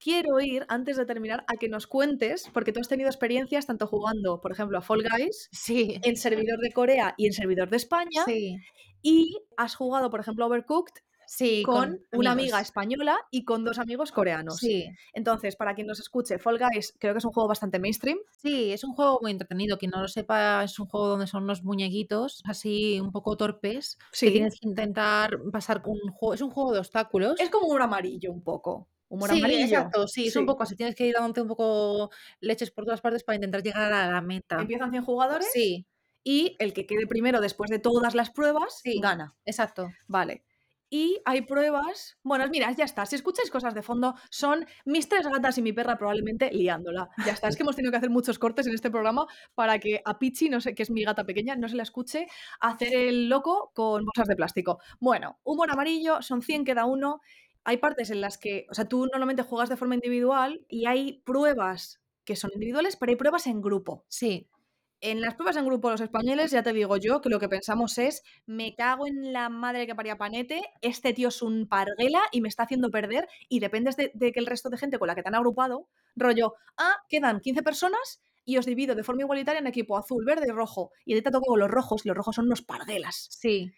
quiero ir, antes de terminar, a que nos cuentes, porque tú has tenido experiencias tanto jugando, por ejemplo, a Fall Guys,
*laughs* Sí.
en servidor de Corea y en servidor de España.
Sí.
Y has jugado, por ejemplo, Overcooked
Sí,
con, una amiga
amigos.
española y con dos amigos coreanos.
Sí.
Entonces, para quien nos escuche, Fall Guys creo que es un juego bastante mainstream.
Sí, es un juego muy entretenido. Quien no lo sepa, es un juego donde son unos muñequitos así un poco torpes que tienes que intentar pasar con un juego. Es un juego de obstáculos.
Es como un amarillo un poco. Humor
sí,
amarillo.
exacto, sí, es
Sí.
un poco así. Tienes que ir dándote un poco leches por todas partes para intentar llegar a la meta.
Empiezan 100 jugadores
Sí,
y el que quede primero después de todas las pruebas
Sí.
gana.
exacto.
Vale. Y hay pruebas. Bueno, mira, ya está. Si escucháis cosas de fondo, son mis tres gatas y mi perra probablemente liándola. Ya está. Es que hemos tenido que hacer muchos cortes en este programa para que a Pichi, no sé, que es mi gata pequeña, no se la escuche hacer el loco con bolsas de plástico. Bueno, humor amarillo, son 100 cada uno. Hay partes en las que, o sea, tú normalmente juegas de forma individual y hay pruebas que son individuales, pero hay pruebas en grupo.
Sí,
En las pruebas en grupo los españoles, ya te digo yo, que lo que pensamos es, me cago en la madre que paría panete, este tío es un parguela y me está haciendo perder y dependes de, de que el resto de gente con la que te han agrupado, rollo, ah, quedan 15 personas y os divido de forma igualitaria en equipo azul, verde y rojo. Y a ti te ha tocado los rojos y los rojos son unos parguelas.
sí,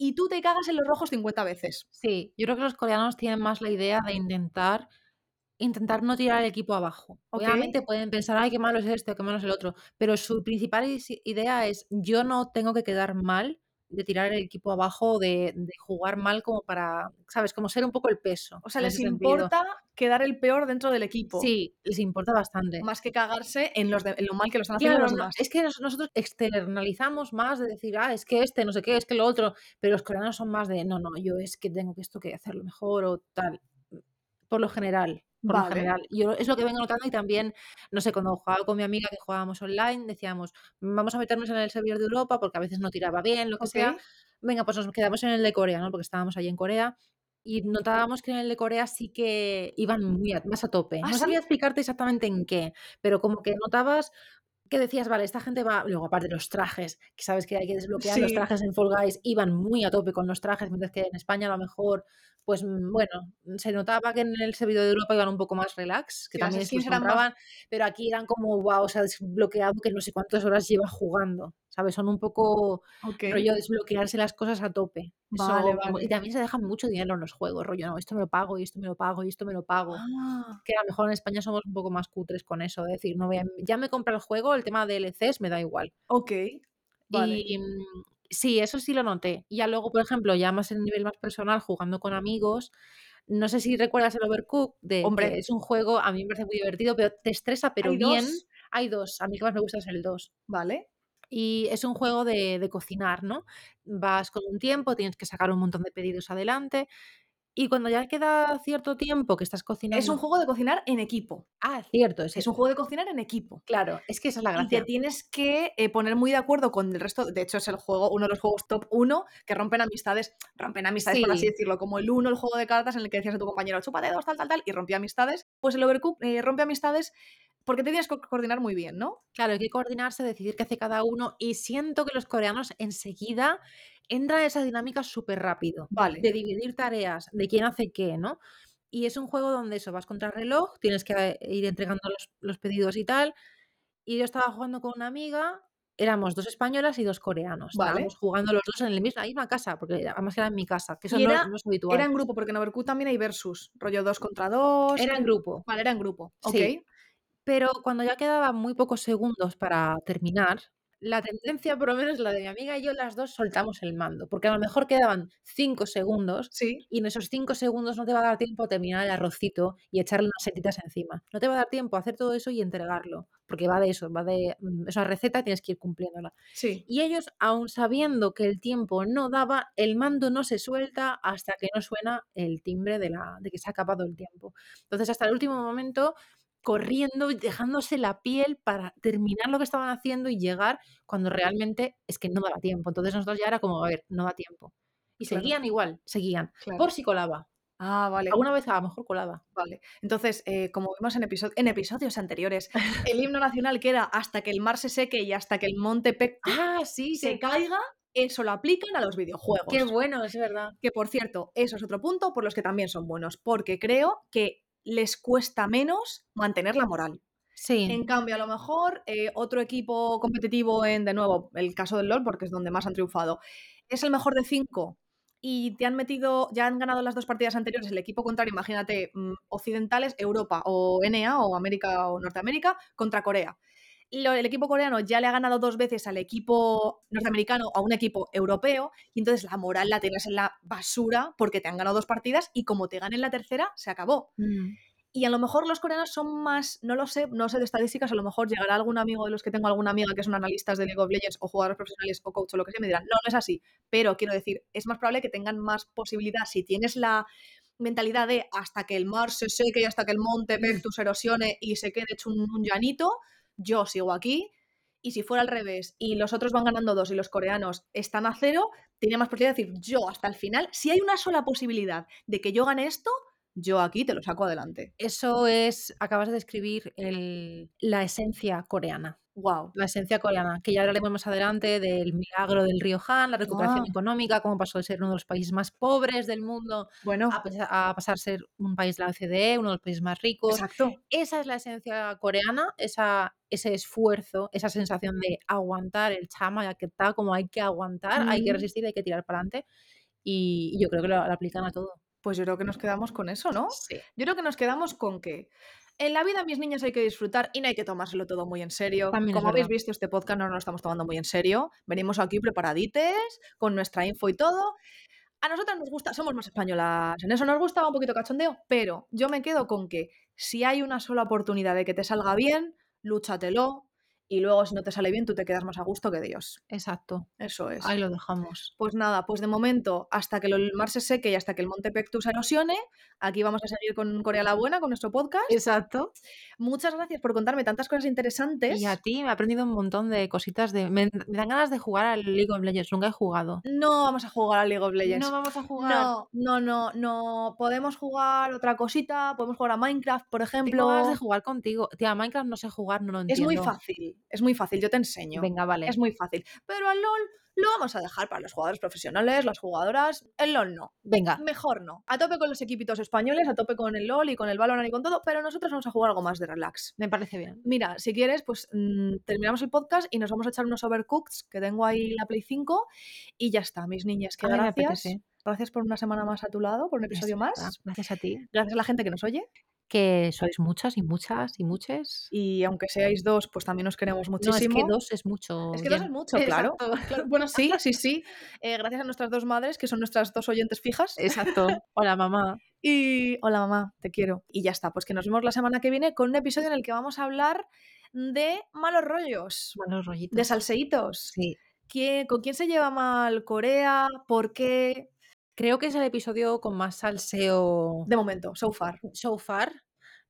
y tú te cagas en los rojos 50 veces.
Sí, yo creo que los coreanos tienen más la idea de intentar intentar no tirar el equipo abajo.
Ok.
Obviamente pueden pensar, ay, qué malo es este, qué malo es el otro, pero su principal is- idea es, yo no tengo que quedar mal de tirar el equipo abajo, de, de jugar mal como para, ¿sabes? Como ser un poco el peso.
O sea,
en
les
ese sentido.
importa quedar el peor dentro del equipo.
Sí, les importa bastante.
Más que cagarse en, los de- en lo mal que lo están haciendo
Claro,
los
no,
demás.
es que nos- nosotros externalizamos más de decir, ah, es que este, no sé qué, es que lo otro, pero los coreanos son más de, no, no, yo es que tengo que esto que hacerlo mejor o tal. Por lo general, por lo
Vale.
general. Yo es lo que vengo notando y también, no sé, cuando jugaba con mi amiga que jugábamos online, decíamos, vamos a meternos en el servidor de Europa porque a veces no tiraba bien, lo que
ok.
sea. Venga, pues nos quedamos en el de Corea, ¿no? Porque estábamos allí en Corea. Y notábamos que en el de Corea sí que iban muy a- más a tope.
¿Ah,
No
sí?
sabía explicarte exactamente en qué, pero como que notabas que decías, vale, esta gente va, luego aparte los trajes, que sabes que hay que desbloquear los
Sí.
trajes en Fall Guys, iban muy a tope con los trajes, mientras que en España a lo mejor, pues mm, bueno, se notaba que en el servidor de Europa iban un poco más relax, que
Sí, las
también se
skins
los
eran más.
compraban, pero aquí eran como, wow, o sea, desbloqueado que no sé cuántas horas lleva jugando, ¿sabes? Son un poco
Ok.
rollo desbloquearse las cosas a tope.
Vale,
Eso, vamos, y
vale.
también se deja mucho dinero en los juegos, rollo, no, esto me lo pago y esto me lo pago y esto me lo pago
Ah,
que a lo mejor en España somos un poco más cutres con eso, de decir, no voy a- ya me compra el juego, el tema de DLCs me da igual.
ok. Vale.
Y mm, sí, eso sí lo noté. Y ya luego, por ejemplo, ya más en nivel más personal, jugando con amigos, no sé si recuerdas el Overcooked, de que
Hombre,
es un juego, a mí me parece muy divertido, pero te estresa, pero
hay
bien.
dos.
Hay dos, a mí el que más me gusta es el dos.
Vale.
Y es un juego de, de cocinar, ¿no? Vas con un tiempo, tienes que sacar un montón de pedidos adelante. Y cuando ya queda cierto tiempo que estás
Es un
cocinando.
juego de cocinar en equipo.
Ah, cierto, es
Es un juego de cocinar en equipo.
Claro, es que esa es la
Y te
gracia.
tienes que eh, poner muy de acuerdo con el resto. De hecho, es el juego, uno de los juegos top 1 que rompen amistades, rompen amistades por así
Sí,
decirlo, como el uno, el juego de cartas en el que decías a tu compañero, chúpate dos, tal, tal, tal, y rompía amistades. Pues el Overcook eh, rompe amistades porque te tienes que coordinar muy bien, ¿no?
claro, hay que coordinarse, decidir qué hace cada uno y siento que los coreanos enseguida entran en esa dinámica súper rápido,
Vale,
de dividir tareas, de quién hace qué, ¿no? Y es un juego donde eso, vas contra reloj, tienes que eh, ir entregando los, los pedidos y tal. Y yo estaba jugando con una amiga, éramos dos españolas y dos coreanos.
vale.
Estábamos jugando los dos en el mismo- la misma casa, porque era- además que era en mi casa, que eso
Y
no,
era,
no es
era
habitual.
en grupo, porque en Overcook también hay versus, rollo 2 contra 2.
Era en grupo,
Vale, era en grupo, ok.
sí. Pero cuando ya quedaban muy pocos segundos para terminar, la tendencia, por lo menos la de mi amiga y yo, las dos soltamos el mando, porque a lo mejor quedaban cinco segundos
Sí,
y en esos cinco segundos no te va a dar tiempo a terminar el arrocito y echarle unas setitas encima. No te va a dar tiempo a hacer todo eso y entregarlo, porque va de eso, va de mm, es una receta, tienes que ir cumpliéndola.
sí.
Y ellos, aun sabiendo que el tiempo no daba, el mando no se suelta hasta que no suena el timbre de, la, de que se ha acabado el tiempo. Entonces, hasta el último momento, corriendo y dejándose la piel para terminar lo que estaban haciendo y llegar cuando realmente es que no daba tiempo. Entonces, nosotros ya era como, a ver, no da tiempo. Y
Claro,
seguían igual, seguían.
claro.
Por si colaba.
Ah, vale.
Alguna vez a lo mejor colaba.
Vale. Entonces, eh, como vimos en, episo- en episodios
*laughs*
anteriores, el himno nacional que era hasta que el mar se seque y hasta que el monte pecte
Ah, sí,
se
sí.
caiga, eso lo aplican a los
Qué
videojuegos.
bueno, es verdad.
Que por cierto, eso es otro punto por los que también son buenos, porque creo que les cuesta menos mantener la moral.
Sí,
En cambio, a lo mejor eh, otro equipo competitivo en, de nuevo, el caso del LOL, porque es donde más han triunfado, es el mejor de cinco y te han metido, ya han ganado las dos partidas anteriores el equipo contrario, imagínate, mm, occidentales, Europa o NA o América o Norteamérica contra Corea. Lo- el equipo coreano ya le ha ganado dos veces al equipo norteamericano, a un equipo europeo, y entonces la moral la tienes en la basura porque te han ganado dos partidas y como te ganen la tercera, se acabó.
Mm,
Y a lo mejor los coreanos son más, no lo sé, no sé de estadísticas, a lo mejor llegará algún amigo de los que tengo alguna amiga que son analistas de League of Legends o jugadores profesionales o coach o lo que sea, y me dirán, no, no es así. Pero quiero decir, es más probable que tengan más posibilidad si tienes la mentalidad de hasta que el mar se seque y hasta que el monte Pectus erosione y se quede hecho un, un llanito, yo sigo aquí. Y si fuera al revés y los otros van ganando dos y los coreanos están a cero, tenía más posibilidad de decir yo hasta el final. Si hay una sola posibilidad de que yo gane esto, yo aquí te lo saco adelante.
Eso es, acabas de describir el- la esencia coreana.
Wow.
la esencia coreana, que ya hablaremos más adelante del milagro del río Han, la recuperación
Ah.
económica, cómo pasó de ser uno de los países más pobres del mundo
Bueno,
a, pesa- a pasar a ser un país de la OCDE, uno de los países más ricos.
exacto.
Esa es la esencia coreana, esa, ese esfuerzo, esa sensación de aguantar el chama, ya que está como hay que aguantar, hay que
Mm.
resistir, hay que tirar para adelante. Y, y yo creo que lo, lo aplican a todo.
Pues yo creo que nos quedamos con eso, ¿no?
Sí.
Yo creo que nos quedamos con que en la vida, mis niñas, hay que disfrutar y no hay que tomárselo todo muy en serio.
También es
Como habéis
verdad.
visto, este podcast no nos lo estamos tomando muy en serio. Venimos aquí preparadites, con nuestra info y todo. A nosotras nos gusta, somos más españolas, en eso nos gusta, va un poquito cachondeo, pero yo me quedo con que si hay una sola oportunidad de que te salga bien, lúchatelo y luego si no te sale bien, tú te quedas más a gusto que Dios.
Exacto.
Eso es.
Ahí lo dejamos.
Pues nada, pues de momento, hasta que el mar se seque y hasta que el monte Pectus erosione, aquí vamos a seguir con Corea la Buena, con nuestro podcast.
Exacto.
Muchas gracias por contarme tantas cosas interesantes.
Y a ti me he aprendido un montón de cositas de. Me, me dan ganas de jugar al League of Legends, nunca he jugado.
No vamos a jugar a League of Legends.
No vamos a jugar.
No, no, no, no. Podemos jugar otra cosita, podemos jugar a Minecraft, por ejemplo.
Tengo ganas de jugar contigo. Tía, Minecraft no sé jugar, no lo
Es
entiendo.
muy fácil, es muy fácil, yo te enseño.
Venga, vale.
Es muy fácil. Pero al LOL lo vamos a dejar para los jugadores profesionales, las jugadoras. El LOL no.
Venga.
Mejor no. A tope con los equipitos españoles, a tope con el LOL y con el Valorant y con todo, pero nosotros vamos a jugar algo más de relax.
Me parece bien.
Mira, si quieres, pues mm, terminamos el podcast y nos vamos a echar unos overcooks que tengo ahí la Play 5 y ya está, mis niñas. Que
Ay, me
gracias.
apetece.
Gracias por una semana más a tu lado, por un episodio
Es verdad.
más.
Gracias a ti.
Gracias a la gente que nos oye
Que sois muchas y muchas y muchas.
y aunque seáis dos, pues también os queremos
No, es
muchísimo.
que dos es mucho.
Es que dos es
bien.
mucho, *laughs* claro.
Exacto. *laughs*
Claro, Bueno, sí, sí, sí. Eh, gracias a nuestras dos madres, que son nuestras dos oyentes fijas.
Exacto. Hola, mamá.
Y hola mamá, te quiero. Y ya está, pues que nos vemos la semana que viene con un episodio en el que vamos a hablar de malos rollos,
Malos rollitos.
de salseitos.
Sí.
¿Quién- ¿Con quién se lleva mal Corea? ¿Por qué?
Creo que es el episodio con más salseo
De momento, so far.
so far.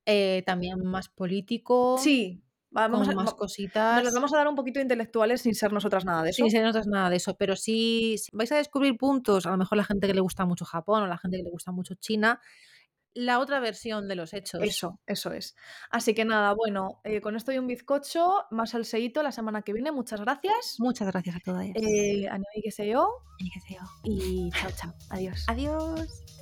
Eh, también más político.
Sí, va- vamos
con
a,
más
va-
cositas.
nos las vamos a dar un poquito intelectuales sin ser nosotras nada de eso.
Sin ser nosotras nada de eso, pero sí sí, vais a descubrir puntos, a lo mejor la gente que le gusta mucho Japón o la gente que le gusta mucho China, la otra versión de los hechos.
Eso, eso es. Así que nada, bueno, eh, con esto y un bizcocho, más salseíto la semana que viene. Muchas gracias.
Muchas gracias a todas.
Eh, Anoi, que sé yo.
Y que sé yo.
Y chao, chao. Adiós.
Adiós.